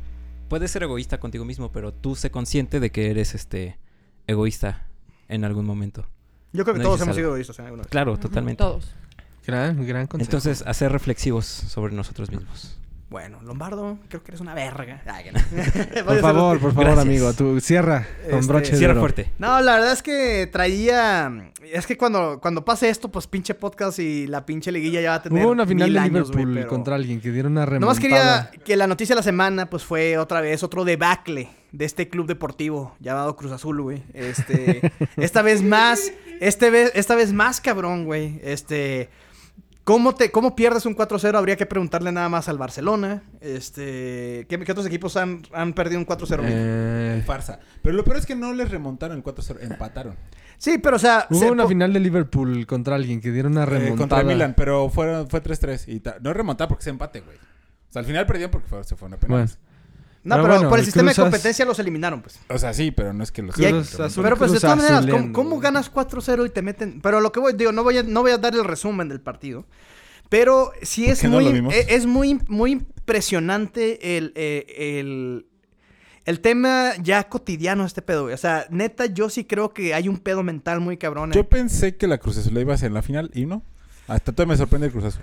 Puedes ser egoísta contigo mismo, pero tú sé consciente de que eres este egoísta en algún momento. Yo creo que No todos dices hemos algo. sido egoístas en alguna vez. Claro, totalmente. Todos. Gran, gran consejo. Entonces, hacer reflexivos sobre nosotros mismos. Bueno, Lombardo, creo que eres una verga. Ay, que no. [LAUGHS] Voy a por hacer- favor, por favor, Gracias. amigo, tú cierra con Este, broche de Cierra oro. fuerte. No, la verdad es que traía. Es que cuando, cuando pase esto, pues pinche podcast y la pinche liguilla ya va a tener. Hubo una final mil de años, Liverpool güey, pero- contra alguien que dieron una remontada. Nomás quería que la noticia de la semana, pues fue otra vez otro debacle de este club deportivo llamado Cruz Azul, güey. Este. [LAUGHS] esta vez más. Este vez, esta vez más cabrón, güey. Este. ¿Cómo, te, ¿Cómo pierdes un 4-0? Habría que preguntarle nada más al Barcelona. Este, ¿qué, qué otros equipos han, han perdido un 4-0? güey? Eh, Farsa. Pero lo peor es que no les remontaron el 4-0, empataron. eh, sí, pero o sea... hubo se una po- final de Liverpool contra alguien que dieron una Eh, remontada. contra Milan, pero fueron, fue 3-3. Y ta- no remontada porque se empate, güey. O sea, al final perdieron porque fue- se fue una pena. Bueno. No, Pero pero, bueno, por el el sistema de Cruz Az- competencia los eliminaron, pues. O sea, sí, pero no es que los... Y hay- Cruz Azul, pero pues de Cruz todas maneras, ¿cómo, Azuleando. cómo ganas 4-0 y te meten? Pero lo que voy, digo, no voy a, no voy a dar el resumen del partido. Pero sí es qué no muy, lo vimos? e- es muy, muy impresionante el, eh, el, el tema ya cotidiano de este pedo, güey. O sea, neta, yo sí creo que hay un pedo mental muy cabrón. ahí. Yo pensé que la Cruz Azul la iba a hacer en la final y no. Hasta todavía me sorprende el Cruz Azul.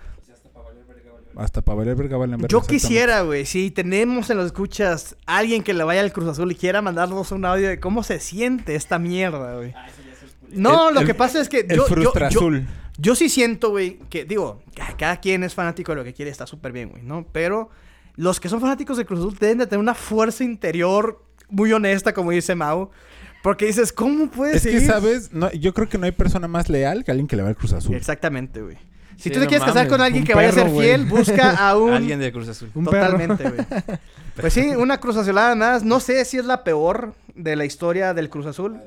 Hasta para valer verga valen verga, Yo exactamente. quisiera, güey, si tenemos en los escuchas alguien que le vaya al Cruz Azul y quiera mandarnos un audio de cómo se siente esta mierda, güey. Ah, No, El- lo que el- pasa es que El yo, yo, Frustra yo- Azul. yo sí siento, güey, que digo, ca- cada quien es fanático de lo que quiere, está súper bien, güey, ¿no? Pero los que son fanáticos de Cruz Azul deben de tener una fuerza interior muy honesta, como dice Mau, Porque dices, ¿cómo puedes Es que, seguir? ¿sabes? No, yo creo que no hay persona más leal que alguien que le va al Cruz Azul. Exactamente, güey. Si Sí, tú te no quieres casar mames, con alguien un que vaya a ser perro, güey. fiel, busca [LAUGHS] a un... Alguien de Cruz Azul. Un perro. Totalmente, güey. [LAUGHS] Pues sí, una Cruz Azulada nada más. No sé si es la peor de la historia del Cruz Azul.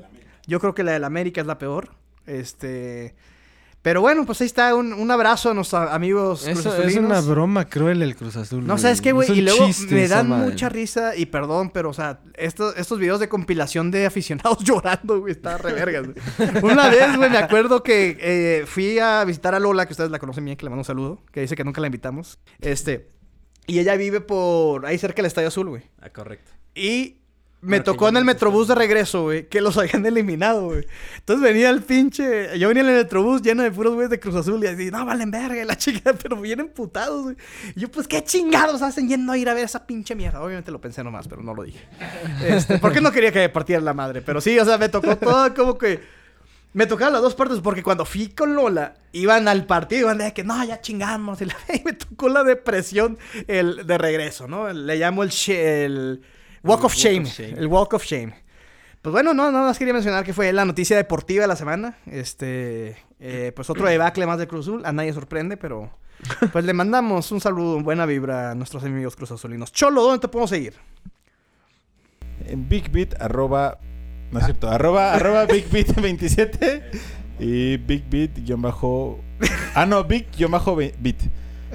Yo creo que la del América es la peor. Este... Pero bueno, pues ahí está. Un, un abrazo a nuestros amigos Cruz Eso es una broma cruel el Cruz Azul. No sabes qué, Es güey. un Y luego chiste me esa dan madre. mucha risa y perdón, pero o sea, estos, estos videos de compilación de aficionados [LAUGHS] llorando, güey, está re vergas. güey. Una vez, güey, me acuerdo que eh, fui a visitar a Lola, que ustedes la conocen bien, que le mando un saludo, que dice que nunca la invitamos. Este, y ella vive por ahí cerca del Estadio Azul, güey. Ah, correcto. Y me Bueno, que tocó ya en el no está. Metrobús de regreso, güey, que los habían eliminado, güey. Entonces venía el pinche... Yo venía en el Metrobús lleno de puros güeyes de Cruz Azul y así, no, valen verga, y la [LAUGHS] chica, pero bien emputados, güey. Y yo, pues, ¿qué chingados hacen yendo a ir a ver esa pinche mierda? Obviamente lo pensé nomás, pero no lo [LAUGHS] dije. Este, porque no quería que me partieran la madre, pero sí, o sea, me tocó todo como que... Me tocaban las dos partes porque cuando fui con Lola, iban al partido, iban de que no, ya chingamos. Y, la- [LAUGHS] y me tocó la depresión el, de regreso, ¿no? Le llamo el, sh- el walk, of, shame, El walk of shame. Pues bueno, no, nada más quería mencionar que fue la noticia deportiva de la semana. Este, eh, pues otro debacle más de Cruz Azul. A nadie sorprende, pero pues le mandamos un saludo, buena vibra a nuestros amigos Cruz Azulinos. Cholo, ¿dónde te podemos seguir? En BigBit, arroba... No es cierto, [LAUGHS] arroba, arroba BigBit27 y BigBit, guión bajo... Ah, no, Big, guión bajo ve- Bit.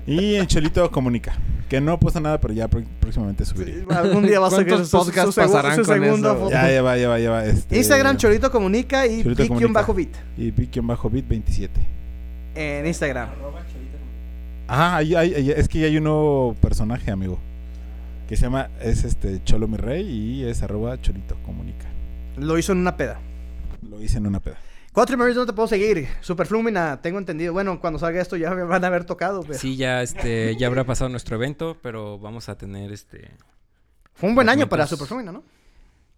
Y en Cholito Comunica, que no he puesto nada, pero ya pr- próximamente subiré. Algún día vas a ver ¿Cuántos podcasts pasarán con eso? Ya, ya va, ya va, ya va. este, Instagram, Cholito Comunica y Cholito Comunica. Pic-Bit Y Big-Bit27. en Instagram. Ah, ahí- ahí- ahí- es que ya hay uno personaje, amigo. Que se llama, es este Cholo Mi Rey y es arroba Cholito Comunica. Lo hizo en una peda. Lo hice en una peda. Cuatro y medio no te puedo seguir. Superflúmina, tengo entendido. Bueno, cuando salga esto ya me van a haber tocado. pero- Sí, ya, este, ya habrá pasado nuestro evento, pero vamos a tener este. Fue un buen año Fragmentos. para Superflúmina, ¿no?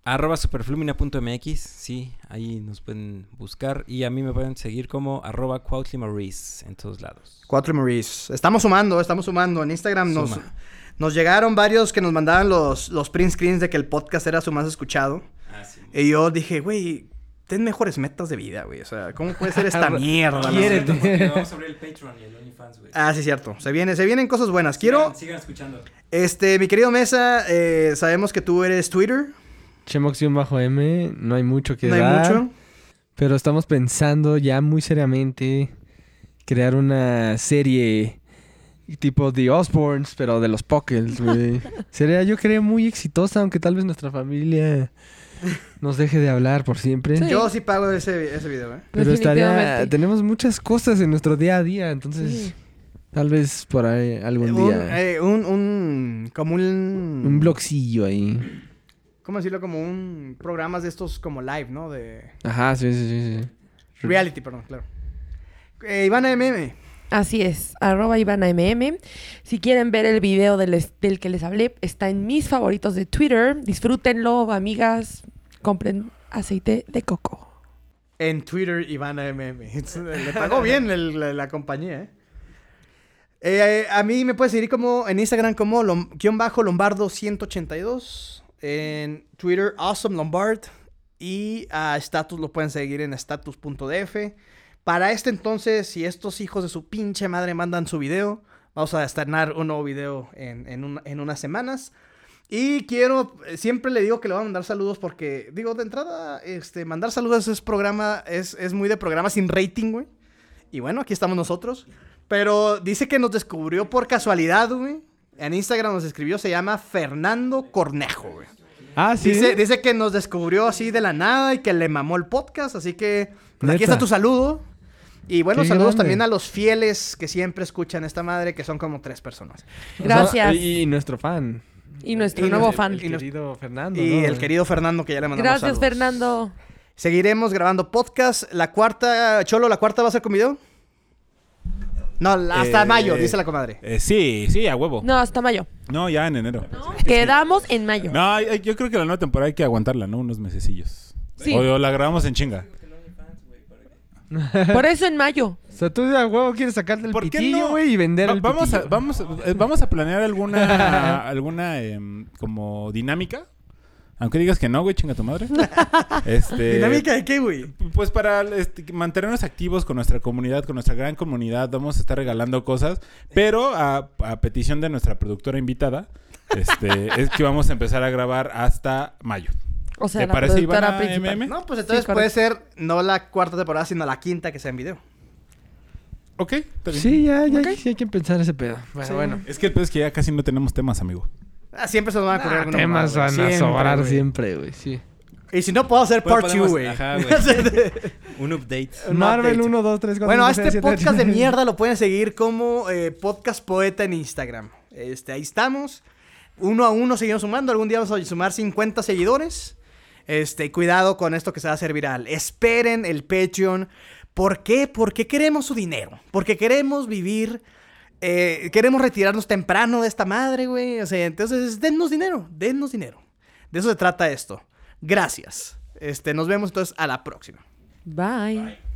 Arroba superflumina.mx, sí, ahí nos pueden buscar y a mí me pueden seguir como arroba cuautlimaurice en todos lados. Cuatro y Maurice. Estamos sumando, estamos sumando. En Instagram nos, Suma. nos llegaron varios que nos mandaban los, los print screens de que el podcast era su más escuchado. Ah, Y yo dije, güey, ten mejores metas de vida, güey. O sea, ¿cómo puede ser esta mierda? no? Vamos a abrir el Patreon y el OnlyFans, güey. Ah, sí, cierto. Se, viene, se vienen cosas buenas. Quiero, Sigan escuchando. este, mi querido Mesa, eh, sabemos que tú eres Twitter. Chemox y un bajo M, no hay mucho que No hay dar. mucho. Pero estamos pensando ya muy seriamente crear una serie tipo The Osborns, pero de los [LAUGHS] Pockels, güey. Sería, yo creo, muy exitosa, aunque tal vez nuestra familia nos deje de hablar por siempre. Sí. Yo sí pago ese, ese video, ¿eh? Pero estaría, Definitivamente. tenemos muchas cosas en nuestro día a día, entonces Sí. tal vez por ahí algún un, día. eh, un, un- como un... un blogcillo ahí. ¿Cómo decirlo? Como un... Programas de estos como live, ¿no? De... Ajá, sí, sí, sí. sí. Reality, perdón, claro. Eh, Ivana MM. Así es, arroba Ivana MM. Si quieren ver el video del, es- del que les hablé, está en mis favoritos de Twitter. Disfrútenlo, amigas. Compren aceite de coco. En Twitter, Ivana MM. [LAUGHS] Le pagó bien el- la, la compañía, ¿eh? Eh, eh, a mí me puedes seguir como en Instagram como lom- guión bajo lombardo 182 en Twitter awesome lombard y a status lo pueden seguir en status.df para este entonces si estos hijos de su pinche madre mandan su video vamos a estrenar un nuevo video en, en un- en unas semanas y quiero eh, siempre le digo que le voy a mandar saludos porque digo de entrada este mandar saludos es programa es, es muy de programa sin rating güey y bueno, aquí estamos nosotros. Pero dice que nos descubrió por casualidad, güey. En Instagram nos escribió, se llama Fernando Cornejo, güey. Ah, sí. Dice, dice que nos descubrió así de la nada y que le mamó el podcast, así que pues, aquí Neta. está tu saludo. Y bueno, Qué saludos grande. también a los fieles que siempre escuchan esta madre, que son como tres personas. O sea, Gracias. y, y nuestro fan. Y nuestro y nuevo nos- fan. El querido Fernando. Y ¿no? el querido Fernando, que ya le mandamos Gracias, saludos. Fernando. Seguiremos grabando podcast. La cuarta, Cholo, ¿la cuarta va a ser con video? No, la- hasta Eh, mayo, dice la comadre. Eh, sí, sí, a huevo. No, No, hasta mayo. ya en enero. Quedamos [LAUGHS] en mayo. No, ay, ay, yo creo que la nueva temporada hay que aguantarla, ¿no? Unos mesecillos. Sí. O, o la grabamos en chinga. Por eso en mayo. O sea, tú de a huevo quieres sacarte el ¿Por qué pitillo, no? güey, y vender Va- el vamos, a, pitillo. vamos, eh, vamos a planear alguna, alguna em, como dinámica. Aunque digas que no, güey, chinga tu madre. este, ¿Dinámica de qué, güey? Pues para este, mantenernos activos con nuestra comunidad, con nuestra gran comunidad, vamos a estar regalando cosas, pero a, a petición de nuestra productora invitada, este, es que vamos a empezar a grabar hasta mayo. O sea, ¿Te la parece, productora Ivana principal. MM? No, pues entonces Sí, correcto. puede ser no la cuarta temporada, sino la quinta que sea en video. Ok, está bien. Sí, ya, ya, Ok. sí hay que pensar ese pedo. Bueno, bueno. Es que el pedo es que ya casi no tenemos temas, amigo. Ah, siempre se nos van a ocurrir Ah, algunos temas van a sobrar siempre, güey, sí. Y si no, puedo hacer Bueno, part 2, podemos- güey. [LAUGHS] ajá, güey. Un update. Un Marvel update. 1, 2, 3, 4, Bueno, a este podcast de mierda lo pueden seguir como eh, Podcast Poeta en Instagram. Este, ahí estamos. Uno a uno seguimos sumando. Algún día vamos a sumar 50 seguidores. Este, y cuidado con esto que se va a hacer viral. Esperen el Patreon. ¿Por qué? Porque queremos su dinero. Porque queremos vivir. eh, queremos retirarnos temprano de esta madre, güey. O sea, entonces, dennos dinero. Dennos dinero. De eso se trata esto. Gracias. Este, nos vemos entonces a la próxima. Bye.